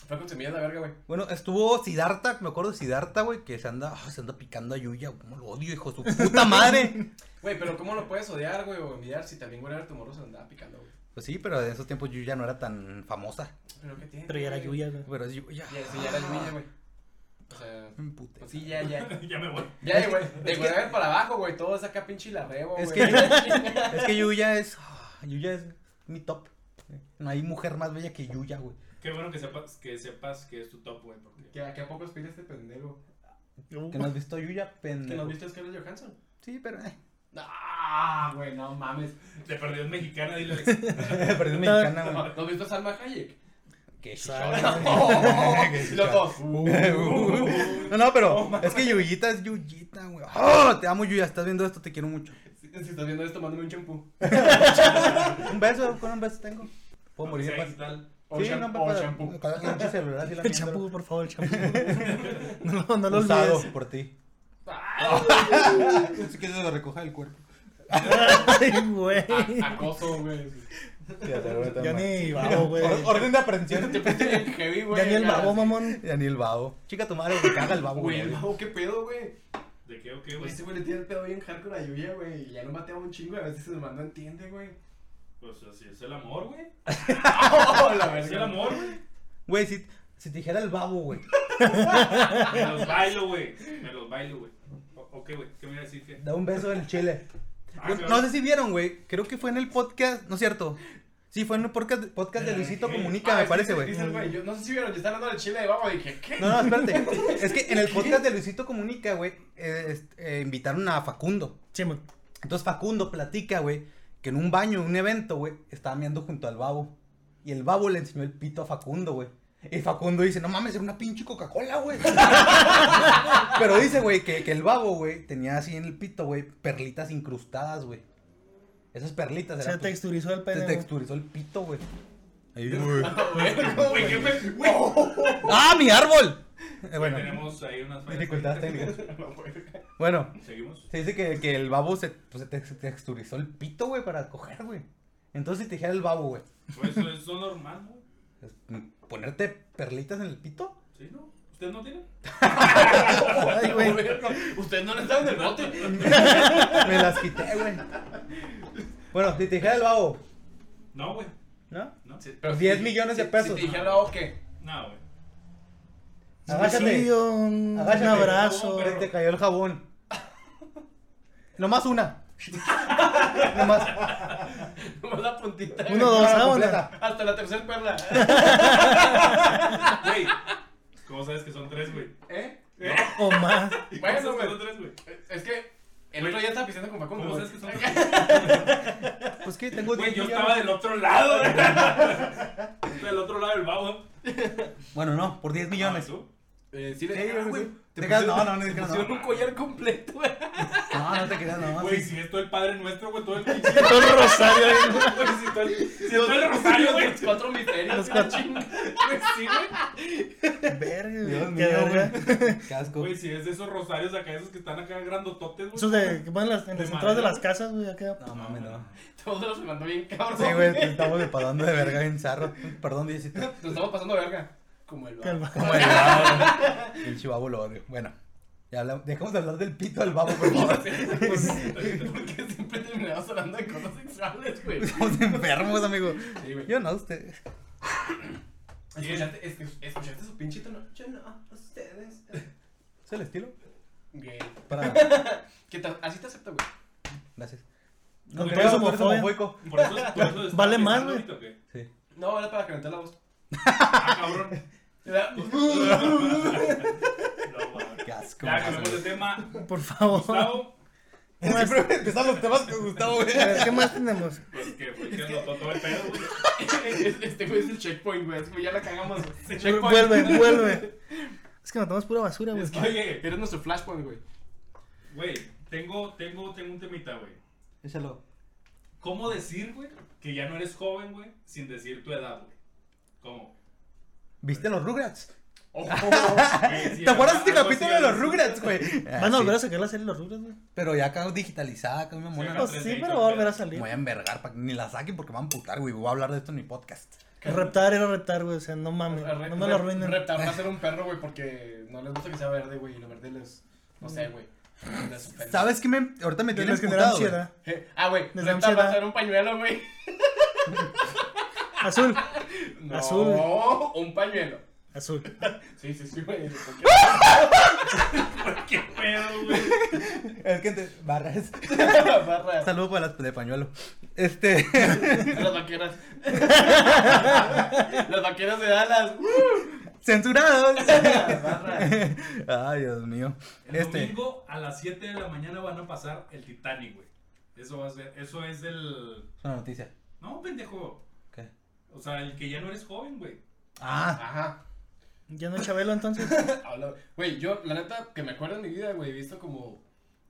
Speaker 2: Franco Escamilla es la verga, güey.
Speaker 3: Bueno, estuvo Sidarta, me acuerdo de Sidarta, güey, que se anda, ah, se anda picando a Yuya, como lo odio, hijo de su puta madre.
Speaker 2: Güey, pero ¿cómo lo puedes odiar, güey, o envidiar si también, güey, tu morro se lo andaba picando, güey?
Speaker 3: pues sí, pero en esos tiempos Yuya no era tan famosa.
Speaker 2: Pero ¿qué tiene?
Speaker 4: Pero ya era
Speaker 2: güey?
Speaker 4: lluvia, güey.
Speaker 3: Pero es Yuya.
Speaker 2: Ya, sí, ya era lluvia, güey. O sea,
Speaker 3: Me emputé.
Speaker 2: pues sí, ya, ya.
Speaker 1: ya me voy.
Speaker 2: Ya, güey, de Guadalupe para abajo, güey, todo es acá pinche la rebo, güey.
Speaker 3: Es que- Es que Yuya es, ah, Yuya es mi top. No hay mujer más bella que Yuya, güey.
Speaker 1: Qué bueno que sepas que, sepas que es tu top, güey. Porque...
Speaker 2: ¿Que ¿A qué a poco aspira este pendejo?
Speaker 4: Uh,
Speaker 3: Que no has visto a Yuya,
Speaker 2: ¿Que nos
Speaker 3: pendejo.
Speaker 2: viste a Scarlett Johansson?
Speaker 3: Sí, pero eh.
Speaker 2: Ah, güey, no mames.
Speaker 1: Te perdió en mexicana, dile Alex.
Speaker 3: pero es mexicana, güey.
Speaker 2: ¿No viste a Salma Hayek?
Speaker 3: Qué
Speaker 4: Sabe.
Speaker 3: chichona.
Speaker 2: Y los dos.
Speaker 3: Uh. No, no, pero es que Yuyita es Yuyita, güey. ¡Ah! Te amo, Yuya. Estás viendo esto, te quiero mucho.
Speaker 2: Si si estás viendo esto, mándame un champú.
Speaker 3: Un beso, con un beso tengo. Puedo morir de
Speaker 1: Aunque sea
Speaker 3: paz.
Speaker 1: digital.
Speaker 2: O
Speaker 3: Sí,
Speaker 2: champ-
Speaker 3: no,
Speaker 2: o
Speaker 3: papá.
Speaker 2: champú.
Speaker 3: Con la pinche celular, sí la
Speaker 4: El
Speaker 3: mierda.
Speaker 4: champú, por favor, el champú. No, lo- no lo
Speaker 3: Usado
Speaker 4: olvides.
Speaker 3: por ti.
Speaker 2: Ah,
Speaker 3: Si quieres lo recoja del cuerpo.
Speaker 4: Ay, güey.
Speaker 2: a- Acoso, güey.
Speaker 4: Ya ni babo, güey.
Speaker 3: Or- Orden de aprehensión.
Speaker 2: Te pusiste bien heavy, güey.
Speaker 4: Ya ni el
Speaker 2: acá.
Speaker 4: babo, mamón.
Speaker 3: Ya ni el babo. Chica, tu madre, te caga el babo,
Speaker 2: Güey,
Speaker 3: güey.
Speaker 2: el babo, qué pedo, güey.
Speaker 1: ¿De qué o qué,
Speaker 2: Güey,
Speaker 4: Pues
Speaker 1: güey?
Speaker 2: Ese güey le tiene el pedo bien hardcore a lluvia, güey. Y ya lo mateaba un chingo y a veces el man no entiende, güey.
Speaker 1: Pues así es el amor, güey.
Speaker 2: Oh, la
Speaker 1: Así es el
Speaker 2: verga.
Speaker 1: amor, güey.
Speaker 3: Güey, si, si te dijera el babo, güey.
Speaker 1: Me los bailo, güey. Me los bailo, güey. Ok, güey, ¿qué me iba a decir? ¿Qué?
Speaker 3: Da un beso en el chile.
Speaker 1: Ah,
Speaker 3: No,
Speaker 1: claro.
Speaker 3: no sé si vieron, güey. Creo que fue en el podcast, ¿no es cierto? Sí, fue en el podcast, podcast de Luisito Comunica,
Speaker 2: Ah,
Speaker 3: me
Speaker 2: sí,
Speaker 3: parece,
Speaker 2: sí,
Speaker 3: güey.
Speaker 2: dices, güey, yo no sé si vieron, yo estaba hablando del chile de babo y dije, ¿qué?
Speaker 3: No, no, espérate. Es que en el podcast de Luisito Comunica, güey, eh, este, eh, invitaron a Facundo.
Speaker 4: Simón.
Speaker 3: Entonces Facundo platica, güey, que en un baño, en un evento, güey, estaba meando junto al babo. Y el babo le enseñó el pito a Facundo, güey. Y Facundo dice, no mames, era una pinche Coca-Cola, güey. Pero dice, güey, que, que el babo, güey, tenía así en el pito, güey, perlitas incrustadas, güey. Esas perlitas.
Speaker 4: Se
Speaker 3: eran, pues,
Speaker 4: texturizó el
Speaker 3: se
Speaker 4: pene. güey.
Speaker 3: texturizó el pito, güey.
Speaker 1: Güey, ¿qué me- güey?
Speaker 3: ¡Ah, mi árbol! Eh,
Speaker 1: Bueno,
Speaker 3: bueno,
Speaker 1: tenemos ahí unas fallas
Speaker 3: dificultades
Speaker 1: técnicas.
Speaker 3: técnicas. Bueno,
Speaker 1: Seguimos.
Speaker 3: Se dice que, que el babo se, pues, se tex- texturizó el pito, güey, para coger, güey. Entonces, si te dijera el babo, güey,
Speaker 1: Pues eso es lo normal, güey.
Speaker 3: es, mm, ponerte perlitas en el pito.
Speaker 1: ¿Sí, no? ¿Ustedes no tienen?
Speaker 4: Ay, güey.
Speaker 2: Ustedes no le estaban en el bote.
Speaker 3: Me las quité, güey. Bueno, si te dijera el babo,
Speaker 1: No, güey.
Speaker 3: ¿no?
Speaker 1: No,
Speaker 2: Sí, pero
Speaker 3: 10
Speaker 2: si-
Speaker 3: millones de
Speaker 2: si-
Speaker 3: pesos.
Speaker 2: Si te dije al babo que.
Speaker 1: no, güey.
Speaker 3: Agáchate.
Speaker 4: Suicidio, Un
Speaker 3: Agáchate.
Speaker 4: un abrazo.
Speaker 3: Se te cayó el jabón. Nomás una. Nomás.
Speaker 2: Nomás la puntita.
Speaker 4: Uno, dos,
Speaker 3: Una
Speaker 4: vámonos.
Speaker 3: completa.
Speaker 2: Hasta la tercera perla.
Speaker 1: Güey, ¿cómo sabes que son tres, güey?
Speaker 2: ¿Eh?
Speaker 4: O más.
Speaker 1: ¿Y cómo
Speaker 2: Bueno,
Speaker 1: sabes que
Speaker 2: güey.
Speaker 1: son tres, güey?
Speaker 2: Es que el otro día estaba pisando con Facundo.
Speaker 1: ¿Cómo
Speaker 2: güey.
Speaker 1: sabes que son tres?
Speaker 3: Pues que tengo
Speaker 1: Güey,
Speaker 3: 10
Speaker 1: yo
Speaker 3: millones.
Speaker 1: estaba del otro lado, güey. Estaba Del otro lado del babo.
Speaker 3: Bueno, no, por 10 millones.
Speaker 1: Ah, ¿Tú?
Speaker 2: Eh, sí, le
Speaker 3: Sí,
Speaker 2: dije, ah,
Speaker 3: sí,
Speaker 2: güey.
Speaker 3: sí.
Speaker 2: te
Speaker 3: Te quedas- no,
Speaker 2: pusieron-
Speaker 3: no, no,
Speaker 2: Te
Speaker 3: es que no.
Speaker 2: pusieron un collar completo, güey.
Speaker 3: No, no te creas, no.
Speaker 1: Güey,
Speaker 3: Ah, sí.
Speaker 1: si esto el Padre Nuestro, güey, todo el pinche.
Speaker 4: Todo el rosario. ahí.
Speaker 1: Güey, si todo el- si todo el rosario, güey.
Speaker 2: Los cuatro misterios.
Speaker 4: Los
Speaker 2: la
Speaker 4: cuatro.
Speaker 2: chinga. Güey, Pues sí, güey.
Speaker 4: Verga, güey,
Speaker 3: Dios
Speaker 4: qué
Speaker 3: mío,
Speaker 4: verga.
Speaker 3: güey. Qué asco.
Speaker 1: Güey, si es de esos rosarios acá, esos que están acá grandototes, güey.
Speaker 4: Esos de que ponen las- en
Speaker 1: De
Speaker 4: las entradas de
Speaker 1: madera.
Speaker 4: las casas, güey, acá.
Speaker 3: No mames, no.
Speaker 2: Todos los mandó bien cabrón.
Speaker 3: Sí, güey, pues. te estamos pasando de verga bien zarro. Perdón, Diosito.
Speaker 2: Nos estamos pasando verga. Como el
Speaker 4: Calma.
Speaker 2: babo.
Speaker 3: Como el babo. güey. Pinche babo lo odio. Bueno, ya hablamos, dejamos de hablar del pito al babo, por favor.
Speaker 2: Porque siempre terminamos hablando de cosas sexuales, güey.
Speaker 3: Estamos enfermos, amigo.
Speaker 2: Sí, güey.
Speaker 3: Yo no, usted.
Speaker 2: Escuchaste, escu- escuchaste su pinche tono. Yo no, ustedes.
Speaker 3: ¿Es el estilo?
Speaker 2: Güey.
Speaker 3: Para.
Speaker 2: Que te- así te acepto, güey.
Speaker 3: Gracias.
Speaker 1: No,
Speaker 3: No,
Speaker 1: tú
Speaker 3: no,
Speaker 1: eres
Speaker 3: no,
Speaker 4: homofobia.
Speaker 3: homofóbico.
Speaker 1: Por eso, por eso está
Speaker 4: Vale más,
Speaker 1: pensando
Speaker 4: güey.
Speaker 1: ahorita, ¿o qué?
Speaker 3: Sí.
Speaker 2: No, era para calentar la voz.
Speaker 1: Ah, cabrón.
Speaker 2: Era-
Speaker 1: No, güey.
Speaker 3: Qué asco.
Speaker 1: Ya,
Speaker 3: güey.
Speaker 1: cambiamos de tema.
Speaker 4: Por favor.
Speaker 1: Gustavo,
Speaker 3: Siempre empiezan los temas con Gustavo, güey.
Speaker 4: A ver, ¿Qué más tenemos?
Speaker 1: pues que fue que anotó todo el pedo, güey.
Speaker 2: Este güey es el checkpoint, güey. Es que ya la cagamos. Checkpoint.
Speaker 4: Vuelve, vuelve. Es que matamos pura basura, güey.
Speaker 2: Es que
Speaker 1: Oye.
Speaker 2: eres nuestro flashpoint, güey.
Speaker 1: Güey, tengo, tengo, tengo un temita, güey.
Speaker 3: Échalo.
Speaker 1: ¿Cómo decir, güey, que ya no eres joven, güey, sin decir tu edad, güey? ¿Cómo?
Speaker 3: ¿Viste los Rugrats?
Speaker 2: Oh.
Speaker 1: Güey, sí,
Speaker 3: ¿Te acuerdas
Speaker 1: algo
Speaker 3: de este
Speaker 1: así,
Speaker 3: capítulo de
Speaker 1: algo
Speaker 3: los
Speaker 1: así.
Speaker 3: Rugrats, güey? Ah,
Speaker 4: Van a
Speaker 3: sí.
Speaker 4: volver a sacar la serie Los Rubros, güey.
Speaker 3: Pero ya acá digitalizada, acá una mona.
Speaker 4: No,
Speaker 1: Pues,
Speaker 3: Me
Speaker 4: sí, pero va a volver a salir.
Speaker 3: voy a envergar, pa- ni la saquen porque me van a putar, güey. Voy a hablar de esto en mi podcast.
Speaker 4: Reptar era reptar, güey. O sea, no mames.
Speaker 2: Re-
Speaker 4: No me
Speaker 2: re-
Speaker 4: lo arruinen.
Speaker 2: Reptar va a ser un perro, güey, porque no les gusta que sea verde, güey. Y lo verde les. No sé, güey. Les ofende.
Speaker 3: ¿Sabes qué me.? Ahorita me
Speaker 4: Les
Speaker 3: tienes
Speaker 4: genera
Speaker 3: putado. güey.
Speaker 4: ansiedad.
Speaker 2: Eh, Ah, güey.
Speaker 4: Les da
Speaker 2: Reptar va a
Speaker 4: ansiedad.
Speaker 2: ser un pañuelo, güey.
Speaker 4: Azul.
Speaker 2: No,
Speaker 4: Azul.
Speaker 2: un pañuelo.
Speaker 4: Azul.
Speaker 2: Sí, sí, sí, güey.
Speaker 1: ¿Qué pedo, güey?
Speaker 3: Es que te. Barras.
Speaker 2: Barra.
Speaker 3: Saludo para las de pañuelo. Este.
Speaker 2: Las vaqueras. Las vaqueras de Dallas.
Speaker 3: Censurados.
Speaker 2: Barra.
Speaker 3: Ay, Dios mío.
Speaker 1: El
Speaker 3: Este.
Speaker 1: domingo a las 7 de la mañana van a pasar el Titanic, güey. Eso va a ser, eso es el...
Speaker 3: Es una noticia.
Speaker 1: No, pendejo.
Speaker 3: ¿Qué?
Speaker 1: O sea, el que ya no eres joven, güey.
Speaker 3: Ah,
Speaker 2: Ajá.
Speaker 4: Ya no hay Chabelo, entonces.
Speaker 2: Habla- Güey, yo, la neta, que me acuerdo en mi vida, güey, he visto como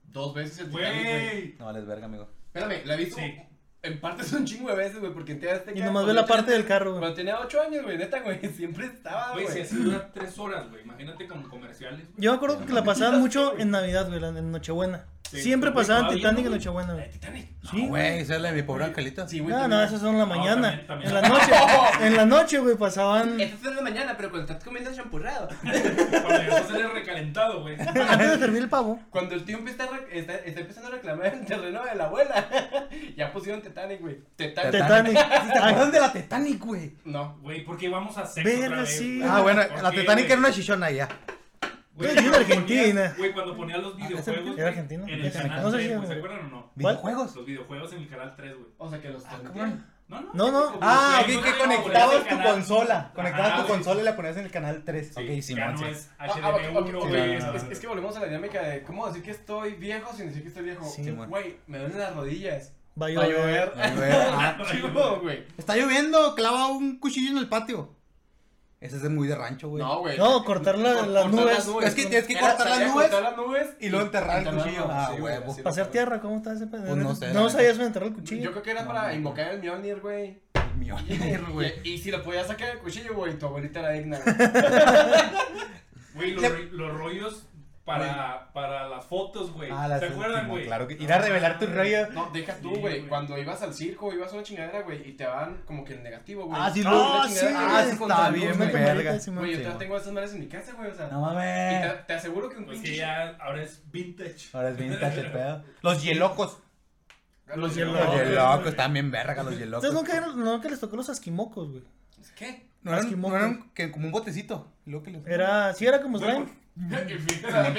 Speaker 2: dos veces el Titanic, güey.
Speaker 1: Güey.
Speaker 3: no vales verga, amigo.
Speaker 2: Espérame, la he visto
Speaker 1: Sí.
Speaker 2: en partes un chingo de veces, güey, porque en TV
Speaker 4: Y nomás ve la parte del carro, güey.
Speaker 2: Cuando tenía ocho años, güey, neta, güey, siempre estaba, Ah, güey.
Speaker 1: Güey, si así dura 3 horas, güey. Imagínate con comerciales, güey.
Speaker 4: Yo me acuerdo que la pasaban mucho en Navidad, güey, la- en Nochebuena.
Speaker 1: Sí.
Speaker 4: Siempre pasaban
Speaker 1: Todavía,
Speaker 4: Titanic en
Speaker 1: güey. Eh,
Speaker 4: Nochebuena,
Speaker 2: La de
Speaker 4: güey.
Speaker 2: Titanic.
Speaker 3: No, Ah, güey, esa es la de mi pobre angelita.
Speaker 2: Sí, güey.
Speaker 4: No, no,
Speaker 2: también.
Speaker 4: esas son la mañana.
Speaker 1: también, también.
Speaker 4: En la noche, en la noche, güey, pasaban.
Speaker 2: Estas son de la mañana, pero cuando estás comiendo champurrado.
Speaker 1: Cuando ya estás en el recalentado, güey.
Speaker 4: Antes de servir el pavo.
Speaker 2: Cuando el tío empieza a rec- está, está empezando a reclamar el terreno de la abuela, ya pusieron Titanic, güey. Titanic.
Speaker 3: Teta-
Speaker 4: Titanic.
Speaker 3: ¿Te acuerdas de la Titanic, güey?
Speaker 2: No.
Speaker 1: Güey, ¿por qué vamos a sexo
Speaker 4: Verga,
Speaker 1: otra vez,
Speaker 4: sí.
Speaker 1: güey?
Speaker 3: Ah, bueno,
Speaker 1: ¿Por
Speaker 3: la
Speaker 1: qué,
Speaker 3: Titanic
Speaker 1: güey?
Speaker 3: era una chichona ya.
Speaker 1: Güey,
Speaker 4: Yo
Speaker 1: cuando
Speaker 4: soy de
Speaker 1: ponías-
Speaker 4: Argentina.
Speaker 1: Güey, cuando ponías los
Speaker 4: Ah,
Speaker 1: videojuegos.
Speaker 4: ¿ese era
Speaker 1: güey,
Speaker 4: argentino?
Speaker 1: En el
Speaker 4: Ya se me
Speaker 1: canal
Speaker 4: acabó.
Speaker 1: 3,
Speaker 4: No sé,
Speaker 1: güey, ¿se
Speaker 4: güey.
Speaker 1: acuerdan o no?
Speaker 3: ¿Videojuegos?
Speaker 1: Los videojuegos en el canal 3, güey.
Speaker 2: O sea, que los
Speaker 3: Ah,
Speaker 2: transmitían.
Speaker 3: cabrón.
Speaker 1: No, no.
Speaker 4: No, no.
Speaker 1: tipo,
Speaker 3: Ah,
Speaker 1: güey,
Speaker 3: vi
Speaker 1: no
Speaker 3: que
Speaker 1: te digo, ponías
Speaker 3: conectabas
Speaker 1: el
Speaker 3: tu
Speaker 1: canal-
Speaker 3: consola.
Speaker 1: Ajá,
Speaker 3: Conectabas tu
Speaker 1: güey.
Speaker 3: consola y la ponías en el canal 3. Ok,
Speaker 1: Ya
Speaker 3: Simón,
Speaker 1: no
Speaker 3: sí.
Speaker 1: es
Speaker 2: Ah, ah, ok, ok,
Speaker 1: HDMI1,
Speaker 2: ok,
Speaker 1: güey.
Speaker 2: es, es- es que volvemos a la dinámica de cómo decir que estoy viejo sin decir que estoy viejo.
Speaker 4: Sí,
Speaker 3: man.
Speaker 2: Güey, me duelen las rodillas.
Speaker 4: Va a
Speaker 2: Va a
Speaker 4: llover.
Speaker 2: llover.
Speaker 3: A ver, ah.
Speaker 2: Chivo, güey.
Speaker 3: Está lloviendo, clava un cuchillo en el patio. Ese es de muy de rancho, güey.
Speaker 2: No, güey.
Speaker 4: No, cortar la-
Speaker 2: Cor-
Speaker 4: las
Speaker 2: cortar
Speaker 4: nubes.
Speaker 3: Es que tienes que
Speaker 2: Era-
Speaker 3: cortar las
Speaker 2: salía a
Speaker 3: nubes
Speaker 2: cortar las nubes
Speaker 3: y luego enterrar el cuchillo.
Speaker 2: Ah,
Speaker 3: Ah, huevo.
Speaker 2: huevo.
Speaker 4: Para hacer tierra, ¿cómo estás ese pendejo?
Speaker 3: Pues no
Speaker 4: no
Speaker 3: sé, la neta.
Speaker 4: sabías dónde enterrar el
Speaker 2: Yo
Speaker 4: cuchillo.
Speaker 2: creo que era para invocar el Mjolnir, güey.
Speaker 3: mío.
Speaker 2: Y, y si lo podías sacar el cuchillo, güey, tu abuelita era digna.
Speaker 1: Güey, los, ro- los rollos para, para las fotos, güey.
Speaker 3: Ah, las
Speaker 1: ¿Se acuerdan,
Speaker 3: Simón,
Speaker 1: güey?
Speaker 3: Claro que ir a revelar tu rollo.
Speaker 2: No, deja tú,
Speaker 1: Sí,
Speaker 2: güey.
Speaker 1: güey.
Speaker 2: Cuando ibas al circo, ibas a una chingadera, güey, y te daban como que el negativo, güey.
Speaker 3: Ah, sí,
Speaker 2: Una
Speaker 3: lo-
Speaker 4: Ah, sí,
Speaker 2: chingadera,
Speaker 3: ah,
Speaker 2: güey,
Speaker 3: sí,
Speaker 2: con
Speaker 3: está
Speaker 2: tal-
Speaker 3: bien,
Speaker 4: Una camarita,
Speaker 3: verga.
Speaker 4: Simón.
Speaker 2: Güey, yo
Speaker 3: Sí,
Speaker 2: todavía
Speaker 3: man.
Speaker 2: tengo esas madres en mi casa, güey, o sea.
Speaker 3: No
Speaker 4: eh.
Speaker 2: Y
Speaker 3: mames.
Speaker 2: te, te aseguro que un
Speaker 1: Pues
Speaker 2: pinche.
Speaker 1: que ya ahora es vintage.
Speaker 3: Ahora es vintage el pedo. Los hielocos.
Speaker 2: Los
Speaker 4: hielos.
Speaker 3: Los
Speaker 4: No,
Speaker 3: hielocos están bien verga, los hielocos.
Speaker 4: Ustedes nunca, nunca les tocó los asquimocos, güey.
Speaker 2: ¿Qué?
Speaker 3: No eran,
Speaker 4: Esquimocos.
Speaker 3: no eran que, como un botecito. y luego que les-
Speaker 4: Era, sí, era como slime.
Speaker 2: Ah,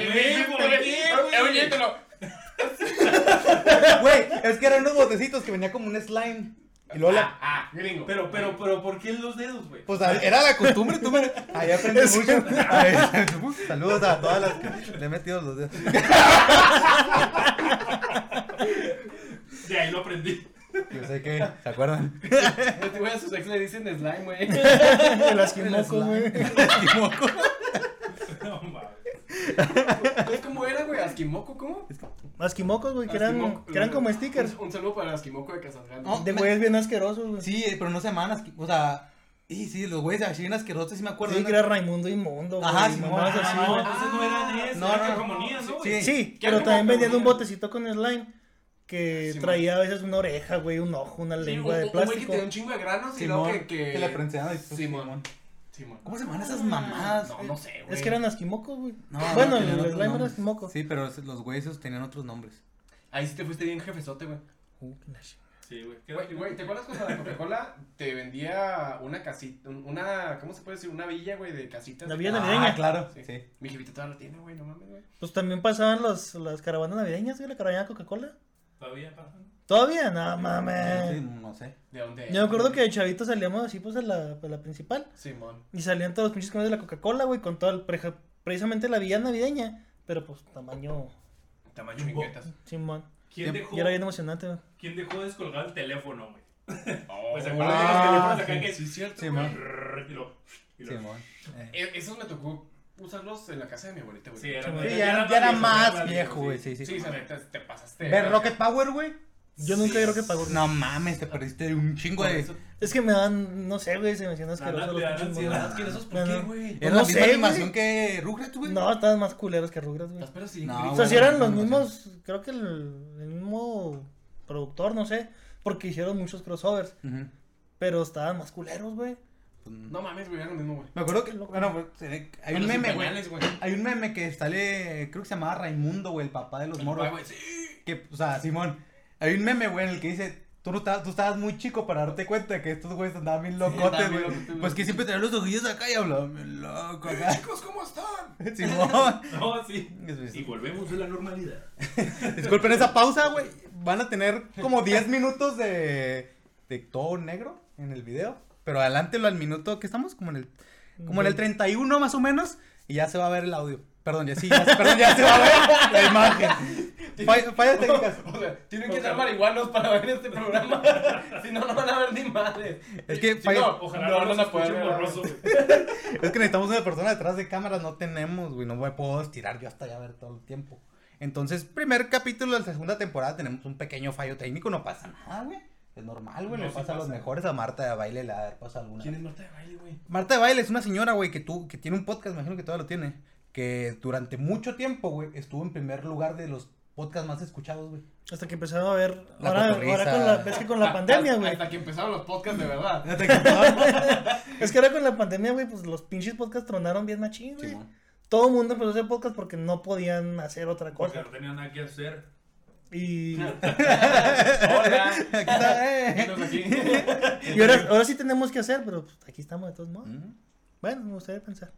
Speaker 3: Güey, es que eran unos botecitos que venía como un slime. Y luego la...
Speaker 2: Ah, gringo.
Speaker 1: Pero, pero, pero, ¿por qué en los dedos, güey?
Speaker 3: Pues a- era la costumbre, tú me... Ahí aprendí mucho. Ahí- Saludos a todas las que le he metido los dedos.
Speaker 1: De ahí lo aprendí.
Speaker 3: Yo sé que... ¿Se acuerdan?
Speaker 2: Yo te voy a sus ex le dicen slime, güey.
Speaker 4: El asquimoco, güey.
Speaker 3: Esquimoco.
Speaker 1: No mames.
Speaker 2: Entonces, ¿Cómo era, güey? ¿Asquimoco? ¿Cómo?
Speaker 4: Asquimocos, güey, que eran,
Speaker 2: Asquimoco.
Speaker 4: que eran como stickers.
Speaker 2: Un, un saludo para el Asquimoco de Casasgrande.
Speaker 3: No.
Speaker 4: De güeyes bien asquerosos, güey. Sí,
Speaker 3: Sí, pero no se llamaban asqui- O sea... Y sí, los güeyes así bien asquerosos, sí me acuerdo.
Speaker 4: que era Raimundo Inmundo, güey.
Speaker 3: Ajá, Simón.
Speaker 4: mamadas
Speaker 1: Ah, no,
Speaker 4: así, güey.
Speaker 1: entonces no eran eso.
Speaker 3: Ah, No,
Speaker 1: No,
Speaker 3: no,
Speaker 1: no.
Speaker 3: no.
Speaker 1: Calcomanías, ¿no, güey?
Speaker 3: Sí.
Speaker 4: Sí,
Speaker 2: ¿Qué
Speaker 4: pero
Speaker 2: animal
Speaker 4: también vendían
Speaker 2: comían?
Speaker 4: un botecito con slime que
Speaker 2: Simón.
Speaker 4: traía a veces una oreja, güey, un ojo, una
Speaker 2: Sí,
Speaker 4: lengua
Speaker 2: un-
Speaker 4: de
Speaker 2: un güey que
Speaker 4: plástico.
Speaker 2: tenía un chingo de granos y
Speaker 3: Simón,
Speaker 2: luego que. Que,
Speaker 3: le prensaban y-
Speaker 2: Simón. Simón.
Speaker 3: ¿Cómo se llaman esas mamadas?
Speaker 2: No, no sé, güey.
Speaker 4: Ah, Es que eran asquimocos, güey.
Speaker 3: No, no,
Speaker 4: bueno, el
Speaker 3: tenían otros
Speaker 4: slime era
Speaker 3: nombres.
Speaker 4: asquimoco.
Speaker 3: Sí, pero los huesos tenían otros nombres.
Speaker 2: Ahí sí te fuiste bien jefesote, güey.
Speaker 4: Uh, qué la ch-
Speaker 1: Sí, güey. ¿Qué
Speaker 2: Güey, güey, ¿te acuerdas cuando la Coca-Cola te vendía una casita, un- una, ¿cómo se puede decir? Una villa, güey, de casitas.
Speaker 4: La
Speaker 2: de
Speaker 4: villa
Speaker 2: ca-
Speaker 4: navideña.
Speaker 3: Ah, claro.
Speaker 2: Sí.
Speaker 3: Sí.
Speaker 2: Mi jefita todavía la tiene, güey, no mames, güey.
Speaker 4: Pues también pasaban los, las caravanas navideñas, güey, la caravana Coca-Cola.
Speaker 1: Todavía pasan.
Speaker 4: Todavía, no
Speaker 3: Sí,
Speaker 4: mames.
Speaker 3: no sé.
Speaker 2: ¿De dónde?
Speaker 4: Yo me acuerdo que de chavito salíamos así, pues, a la, a la principal.
Speaker 2: Simón.
Speaker 4: Y salían todos los pinches comidas de la Coca-Cola, güey, con todo el, preja- precisamente la villa navideña. Pero, pues, tamaño
Speaker 2: Tamaño chinguetas.
Speaker 4: Simón.
Speaker 1: ¿Quién
Speaker 3: Ya-
Speaker 1: dejó,
Speaker 4: Y era bien emocionante, güey.
Speaker 1: ¿Quién dejó descolgar el teléfono, güey?
Speaker 2: Oh,
Speaker 1: Pues se acuerdan
Speaker 3: ah,
Speaker 1: de los teléfonos acá que.
Speaker 2: sí, es cierto.
Speaker 3: Sí,
Speaker 2: güey.
Speaker 3: man.
Speaker 1: Y lo- y lo-
Speaker 3: Simón. Eh.
Speaker 2: Eh, esos me tocó usarlos en la casa de mi abuelita, güey.
Speaker 1: Sí, eh. era,
Speaker 4: Sí,
Speaker 3: ya era- ya era más viejo, güey,
Speaker 2: Sí,
Speaker 3: sí.
Speaker 2: o sea, neta, te pasaste.
Speaker 3: ¿Ver Rocket Power, güey?
Speaker 4: Yo nunca creo que pagó.
Speaker 3: No mames, te perdiste un chingo
Speaker 2: Por
Speaker 3: de.
Speaker 2: eso-
Speaker 4: Es que me dan, no sé, güey, se me hacían asquerosos
Speaker 1: Nada,
Speaker 4: los
Speaker 1: te dan
Speaker 4: pinches
Speaker 1: ansiedad,
Speaker 4: monos.
Speaker 2: asquerosos, ¿por
Speaker 4: No,
Speaker 2: qué,
Speaker 4: no.
Speaker 2: güey?
Speaker 3: Era
Speaker 4: no
Speaker 3: la misma
Speaker 4: sé,
Speaker 3: animación
Speaker 4: güey.
Speaker 3: que Rugrats, güey.
Speaker 4: No, estaban más culeros que Rugrats, güey.
Speaker 2: Las peras sí.
Speaker 3: No,
Speaker 2: gris.
Speaker 4: O sea, si
Speaker 3: Ah, bueno,
Speaker 4: eran los
Speaker 3: no sé.
Speaker 4: mismos, creo que el, el mismo productor, no sé, porque hicieron muchos crossovers,
Speaker 3: Ujú.
Speaker 4: pero estaban más culeros, güey.
Speaker 3: Pues,
Speaker 2: No mames, güey, era lo mismo, güey.
Speaker 3: Me acuerdo que.
Speaker 4: Qué loco.
Speaker 3: Bueno, pues, eh, hay
Speaker 2: Pero
Speaker 3: un
Speaker 2: sin
Speaker 3: meme, güey.
Speaker 2: pañales, güey.
Speaker 3: Hay un meme que sale. Creo que se llamaba Raimundo, güey, el papá de los moros.
Speaker 2: Ay, güey, sí.
Speaker 3: Que, o sea, Simón. Hay un meme, güey, en el que dice. Tú, no estabas, tú estabas muy chico para darte cuenta de que estos güeyes andaban bien locotes,
Speaker 2: andaban bien
Speaker 3: güey.
Speaker 2: locotes, güey.
Speaker 3: pues que siempre tenían los ojillos acá y hablaban bien loco acá.
Speaker 2: Chicos, pues, ¿cómo están?
Speaker 3: Simón.
Speaker 1: No, sí.
Speaker 3: Es- es-
Speaker 1: Y volvemos a la normalidad.
Speaker 3: Disculpen esa pausa, güey. Van a tener como 10 minutos de, de todo negro en el video. Pero adelántelo al minuto que estamos, como en el, como en el 31 más o menos. Y ya se va a ver el audio. Perdón, ya sí, ya, se- perdón, ya se va a ver la imagen. Fall- fallas técnicas.
Speaker 2: O sea, tienen que ser marihuanos para ver este programa. si no, no van a ver ni madres.
Speaker 3: Es que
Speaker 2: Si
Speaker 3: falla-
Speaker 2: no,
Speaker 1: Ojalá
Speaker 2: no,
Speaker 1: no,
Speaker 2: van
Speaker 1: nos
Speaker 2: a poder
Speaker 1: escuchen
Speaker 2: ver.
Speaker 1: borroso, güey.
Speaker 3: Es que necesitamos una persona detrás de cámara. No tenemos, güey. No me puedo estirar yo hasta allá a ver todo el tiempo. Entonces, primer capítulo de la segunda temporada. Tenemos un pequeño fallo técnico. No pasa nada, güey. Es normal, güey.
Speaker 1: No,
Speaker 3: le
Speaker 1: sí
Speaker 3: pasa a los
Speaker 1: pasa.
Speaker 3: mejores. A Marta de baile le ha pasado alguna
Speaker 2: ¿Quién es Marta de baile, güey?
Speaker 3: Marta de Baile es una señora, güey, que, tú, que tiene un podcast, me imagino que todavía lo tiene. Que durante mucho tiempo, güey, estuvo en primer lugar de los podcasts más escuchados, güey.
Speaker 4: Hasta que empezaron a ver,
Speaker 3: La
Speaker 4: ahora,
Speaker 3: cotorriza.
Speaker 4: ahora con la, es que con la pandemia, güey.
Speaker 2: Hasta que empezaron los podcasts de verdad.
Speaker 4: Es que ahora con la pandemia, güey, pues los pinches podcasts tronaron bien machín, güey.
Speaker 3: Simón.
Speaker 4: Todo el mundo empezó a hacer podcast porque no podían hacer otra
Speaker 1: Porque
Speaker 4: cosa.
Speaker 1: no tenían nada que hacer.
Speaker 4: Y,
Speaker 2: Hola.
Speaker 3: Aquí está, eh.
Speaker 2: Venos aquí.
Speaker 4: y ahora, ahora sí tenemos que hacer, pero pues, aquí estamos de todos modos.
Speaker 3: Mm,
Speaker 4: Bueno, me gustaría pensar.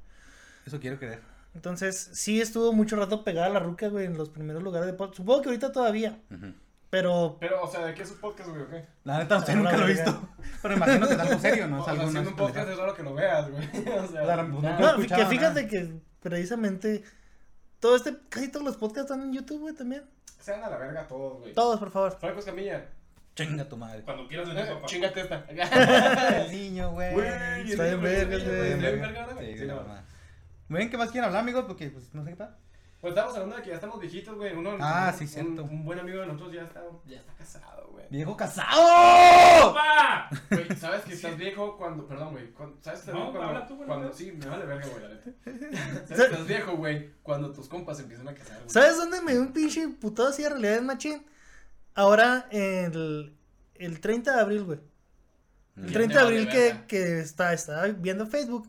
Speaker 3: Eso quiero creer.
Speaker 4: Entonces, sí estuvo mucho rato pegada la ruca, güey, en los primeros lugares de podcast. Supongo que ahorita todavía. Pero
Speaker 2: Pero, o sea, ¿de qué es un podcast, güey? o qué?
Speaker 3: La neta, usted nunca lo he visto. Pero imagino que es algo serio, ¿no?
Speaker 2: O
Speaker 3: Es
Speaker 2: sea,
Speaker 3: algo
Speaker 2: haciendo
Speaker 3: no
Speaker 2: un podcast
Speaker 3: es
Speaker 2: es raro que lo veas, güey. O sea,
Speaker 3: Claro, pues,
Speaker 2: ya.
Speaker 3: no
Speaker 4: No,
Speaker 3: escuchaba
Speaker 4: que fíjate
Speaker 3: nada.
Speaker 4: que precisamente todo este, casi todos los podcasts están en YouTube, güey, también.
Speaker 2: Sean a la verga todos, güey.
Speaker 4: Todos, por favor.
Speaker 2: Franco Escamilla.
Speaker 3: Chinga tu madre.
Speaker 1: Cuando quieras venir,
Speaker 2: eh,
Speaker 1: papá.
Speaker 2: Chingate esta.
Speaker 3: El niño, güey.
Speaker 2: Güey,
Speaker 4: está bien
Speaker 2: verga,
Speaker 4: verga, güey.
Speaker 2: está bien
Speaker 3: Sí,
Speaker 2: verga, güey.
Speaker 3: de
Speaker 2: Sí,
Speaker 3: la
Speaker 2: no.
Speaker 3: mamá. Muy bien, ¿qué más quieren hablar, amigos? Porque, pues, no sé qué tal.
Speaker 2: Pues estamos hablando de que ya estamos viejitos, güey. Uno,
Speaker 3: Ah, sí,
Speaker 2: un-
Speaker 3: cierto.
Speaker 2: Un, un buen amigo de nosotros ya está, ya está casado, güey.
Speaker 3: ¡Viejo casado!
Speaker 1: ¡Papá!
Speaker 2: Güey, ¿sabes que estás viejo cuando. Perdón, güey. cuando- ¿Sabes que estás
Speaker 1: No,
Speaker 2: viejo cuando.
Speaker 1: habla tú, güey,
Speaker 2: cuando
Speaker 1: no.
Speaker 2: sí, me vale verga, güey, la neta. ¿Sabes que estás viejo, güey? Cuando tus compas se empiezan a casar, güey.
Speaker 4: ¿Sabes dónde me dio un pinche putado así de realidad en machín? Ahora, el, el 30 de abril, güey. El
Speaker 3: Mm.
Speaker 2: Ya te
Speaker 4: 30 de
Speaker 2: vale
Speaker 4: abril que,
Speaker 2: verga.
Speaker 4: que está, estaba viendo Facebook.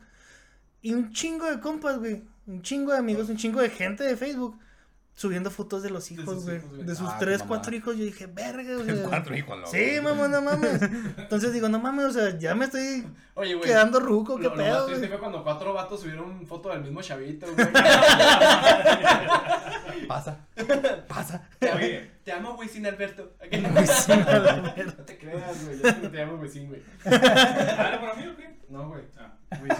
Speaker 4: Y un chingo de compas, güey. Un chingo de amigos, un chingo de gente de Facebook. Subiendo fotos de los hijos,
Speaker 2: sus
Speaker 4: güey.
Speaker 2: hijos, güey.
Speaker 4: De sus
Speaker 3: Ah, qué
Speaker 4: tres,
Speaker 3: mamada.
Speaker 4: cuatro hijos. Yo dije, verga, o sea,
Speaker 3: Cuatro hijos, loco.
Speaker 4: Sí, mamá, no mames. Entonces digo, no mames, o sea, ya me estoy
Speaker 2: Oye, güey.
Speaker 4: quedando ruco,
Speaker 2: Lo, lo
Speaker 4: qué
Speaker 2: más
Speaker 4: pedo,
Speaker 2: triste
Speaker 4: güey.
Speaker 2: fue cuando cuatro vatos subieron foto del mismo chavito, güey.
Speaker 3: Pasa. Pasa.
Speaker 2: Te amo-
Speaker 1: Oye.
Speaker 2: Te amo, güey, sin Alberto.
Speaker 4: Sí, a la verga.
Speaker 2: No te creas, güey. Yo te- te amo, güey, sin, güey.
Speaker 1: ¿Algo para mí o qué?
Speaker 2: No, güey.
Speaker 1: Ah.
Speaker 2: Güey,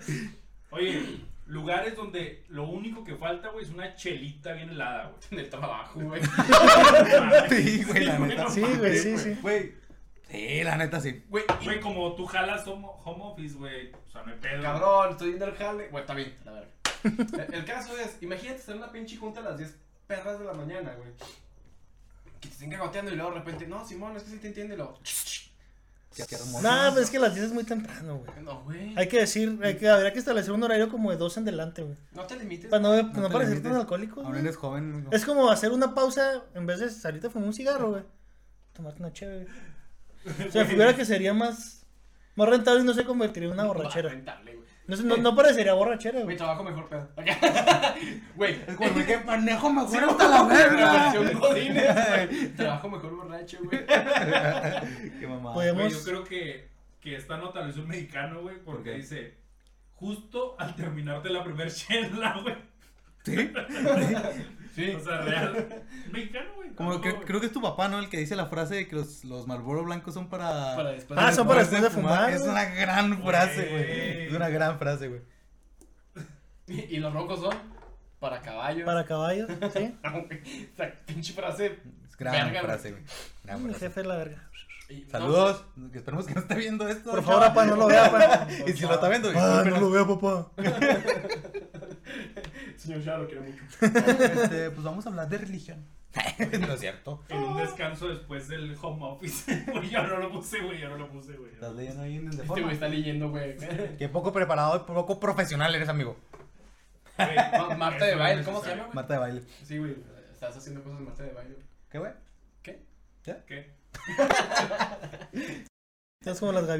Speaker 2: sí.
Speaker 1: Oye, lugares donde lo único que falta, güey, es una chelita bien helada, güey.
Speaker 2: En el trabajo, güey.
Speaker 3: Sí, güey, la neta.
Speaker 4: Sí, güey, sí, sí.
Speaker 3: Güey. Sí, la neta, sí.
Speaker 2: Güey, y-
Speaker 1: Güey, como tú jalas home, home office, güey. O sea, no hay pedo.
Speaker 2: Cabrón, estoy yendo al jale. Bueno, está bien, la verga. El, el caso es, imagínate estar en una pinche junta a las 10 perras de la mañana, güey. Que te estén cagoteando y luego de repente, no, Simón, es que sí te entiende. y luego,
Speaker 3: Qué qué hermoso.
Speaker 4: No, pero pues es que las 10 es muy temprano, güey.
Speaker 2: no, güey.
Speaker 4: Hay que decir, hay que, habría que establecer un horario como de 2 en delante, güey.
Speaker 2: No te limites.
Speaker 4: Para no,
Speaker 3: No
Speaker 4: no
Speaker 3: te
Speaker 4: parecer
Speaker 3: limites.
Speaker 4: tan alcohólico.
Speaker 3: Aún
Speaker 4: güey.
Speaker 3: eres joven.
Speaker 4: Es como hacer una pausa en vez de salirte a fumar un cigarro, güey. Tomarte una chévere. O sea, figura que sería más, más rentable y no se convertiría en una
Speaker 2: Va,
Speaker 4: borrachera.
Speaker 2: rentable, güey.
Speaker 4: No, se- no, no parecería borrachera,
Speaker 2: Mi
Speaker 4: güey.
Speaker 2: trabajo mejor pedo. Güey.
Speaker 3: Es como que manejo mejor
Speaker 2: Sí,
Speaker 3: hasta la
Speaker 2: Revolución Godínez. Trabajo mejor borracho, güey.
Speaker 3: Qué mamada.
Speaker 4: Podemos-
Speaker 1: Güey, yo creo que, que esta nota lo hizo un mexicano, güey, porque
Speaker 3: Ok.
Speaker 1: dice, justo al terminarte la primer chela, güey.
Speaker 3: Sí.
Speaker 2: Sí.
Speaker 1: O sea, real. Mexicano, güey.
Speaker 3: Como que
Speaker 1: No,
Speaker 3: creo que es tu papá, ¿no? El que dice la frase de que los, los Marlboro blancos son para.
Speaker 2: Para después.
Speaker 4: Ah, son para después de fumar,
Speaker 3: Es
Speaker 4: güey.
Speaker 3: una gran frase,
Speaker 1: Güey.
Speaker 3: güey. Es una gran frase, güey.
Speaker 2: Y, y los rocos son para caballos.
Speaker 4: Para caballos, ¿sí?
Speaker 2: Esa pinche frase.
Speaker 3: Es gran
Speaker 2: Verga,
Speaker 3: frase, güey. Gran
Speaker 4: Ah, Mi
Speaker 3: frase.
Speaker 4: jefe es la verga.
Speaker 2: Y- no,
Speaker 3: Saludos. que esperemos que no esté viendo esto.
Speaker 4: Por favor,
Speaker 3: chaval.
Speaker 4: papá, no lo vea, papá.
Speaker 3: Y si lo está viendo,
Speaker 4: Ah, no
Speaker 3: discúlpenos.
Speaker 4: lo vea, papá.
Speaker 2: Señor Shah lo quiero mucho.
Speaker 3: Este, pues vamos a hablar de religión. no es cierto.
Speaker 1: En
Speaker 2: Ah.
Speaker 1: un descanso después del home office. Güey, yo no lo puse, güey, yo no lo puse, güey.
Speaker 3: Estás leyendo ahí en el
Speaker 2: Este güey
Speaker 3: deporte.
Speaker 2: está leyendo, güey.
Speaker 3: Qué poco preparado y poco profesional eres, amigo.
Speaker 1: Güey,
Speaker 2: Ma- Marta de
Speaker 1: eso no
Speaker 2: baile,
Speaker 1: es
Speaker 2: ¿cómo se
Speaker 1: necesario.
Speaker 2: llama, güey?
Speaker 3: Marta de baile.
Speaker 2: Sí, güey. Estás haciendo cosas de Marta de baile.
Speaker 3: ¿Qué, güey?
Speaker 2: ¿Qué?
Speaker 1: ¿Qué?
Speaker 4: Estás como las gaviotas.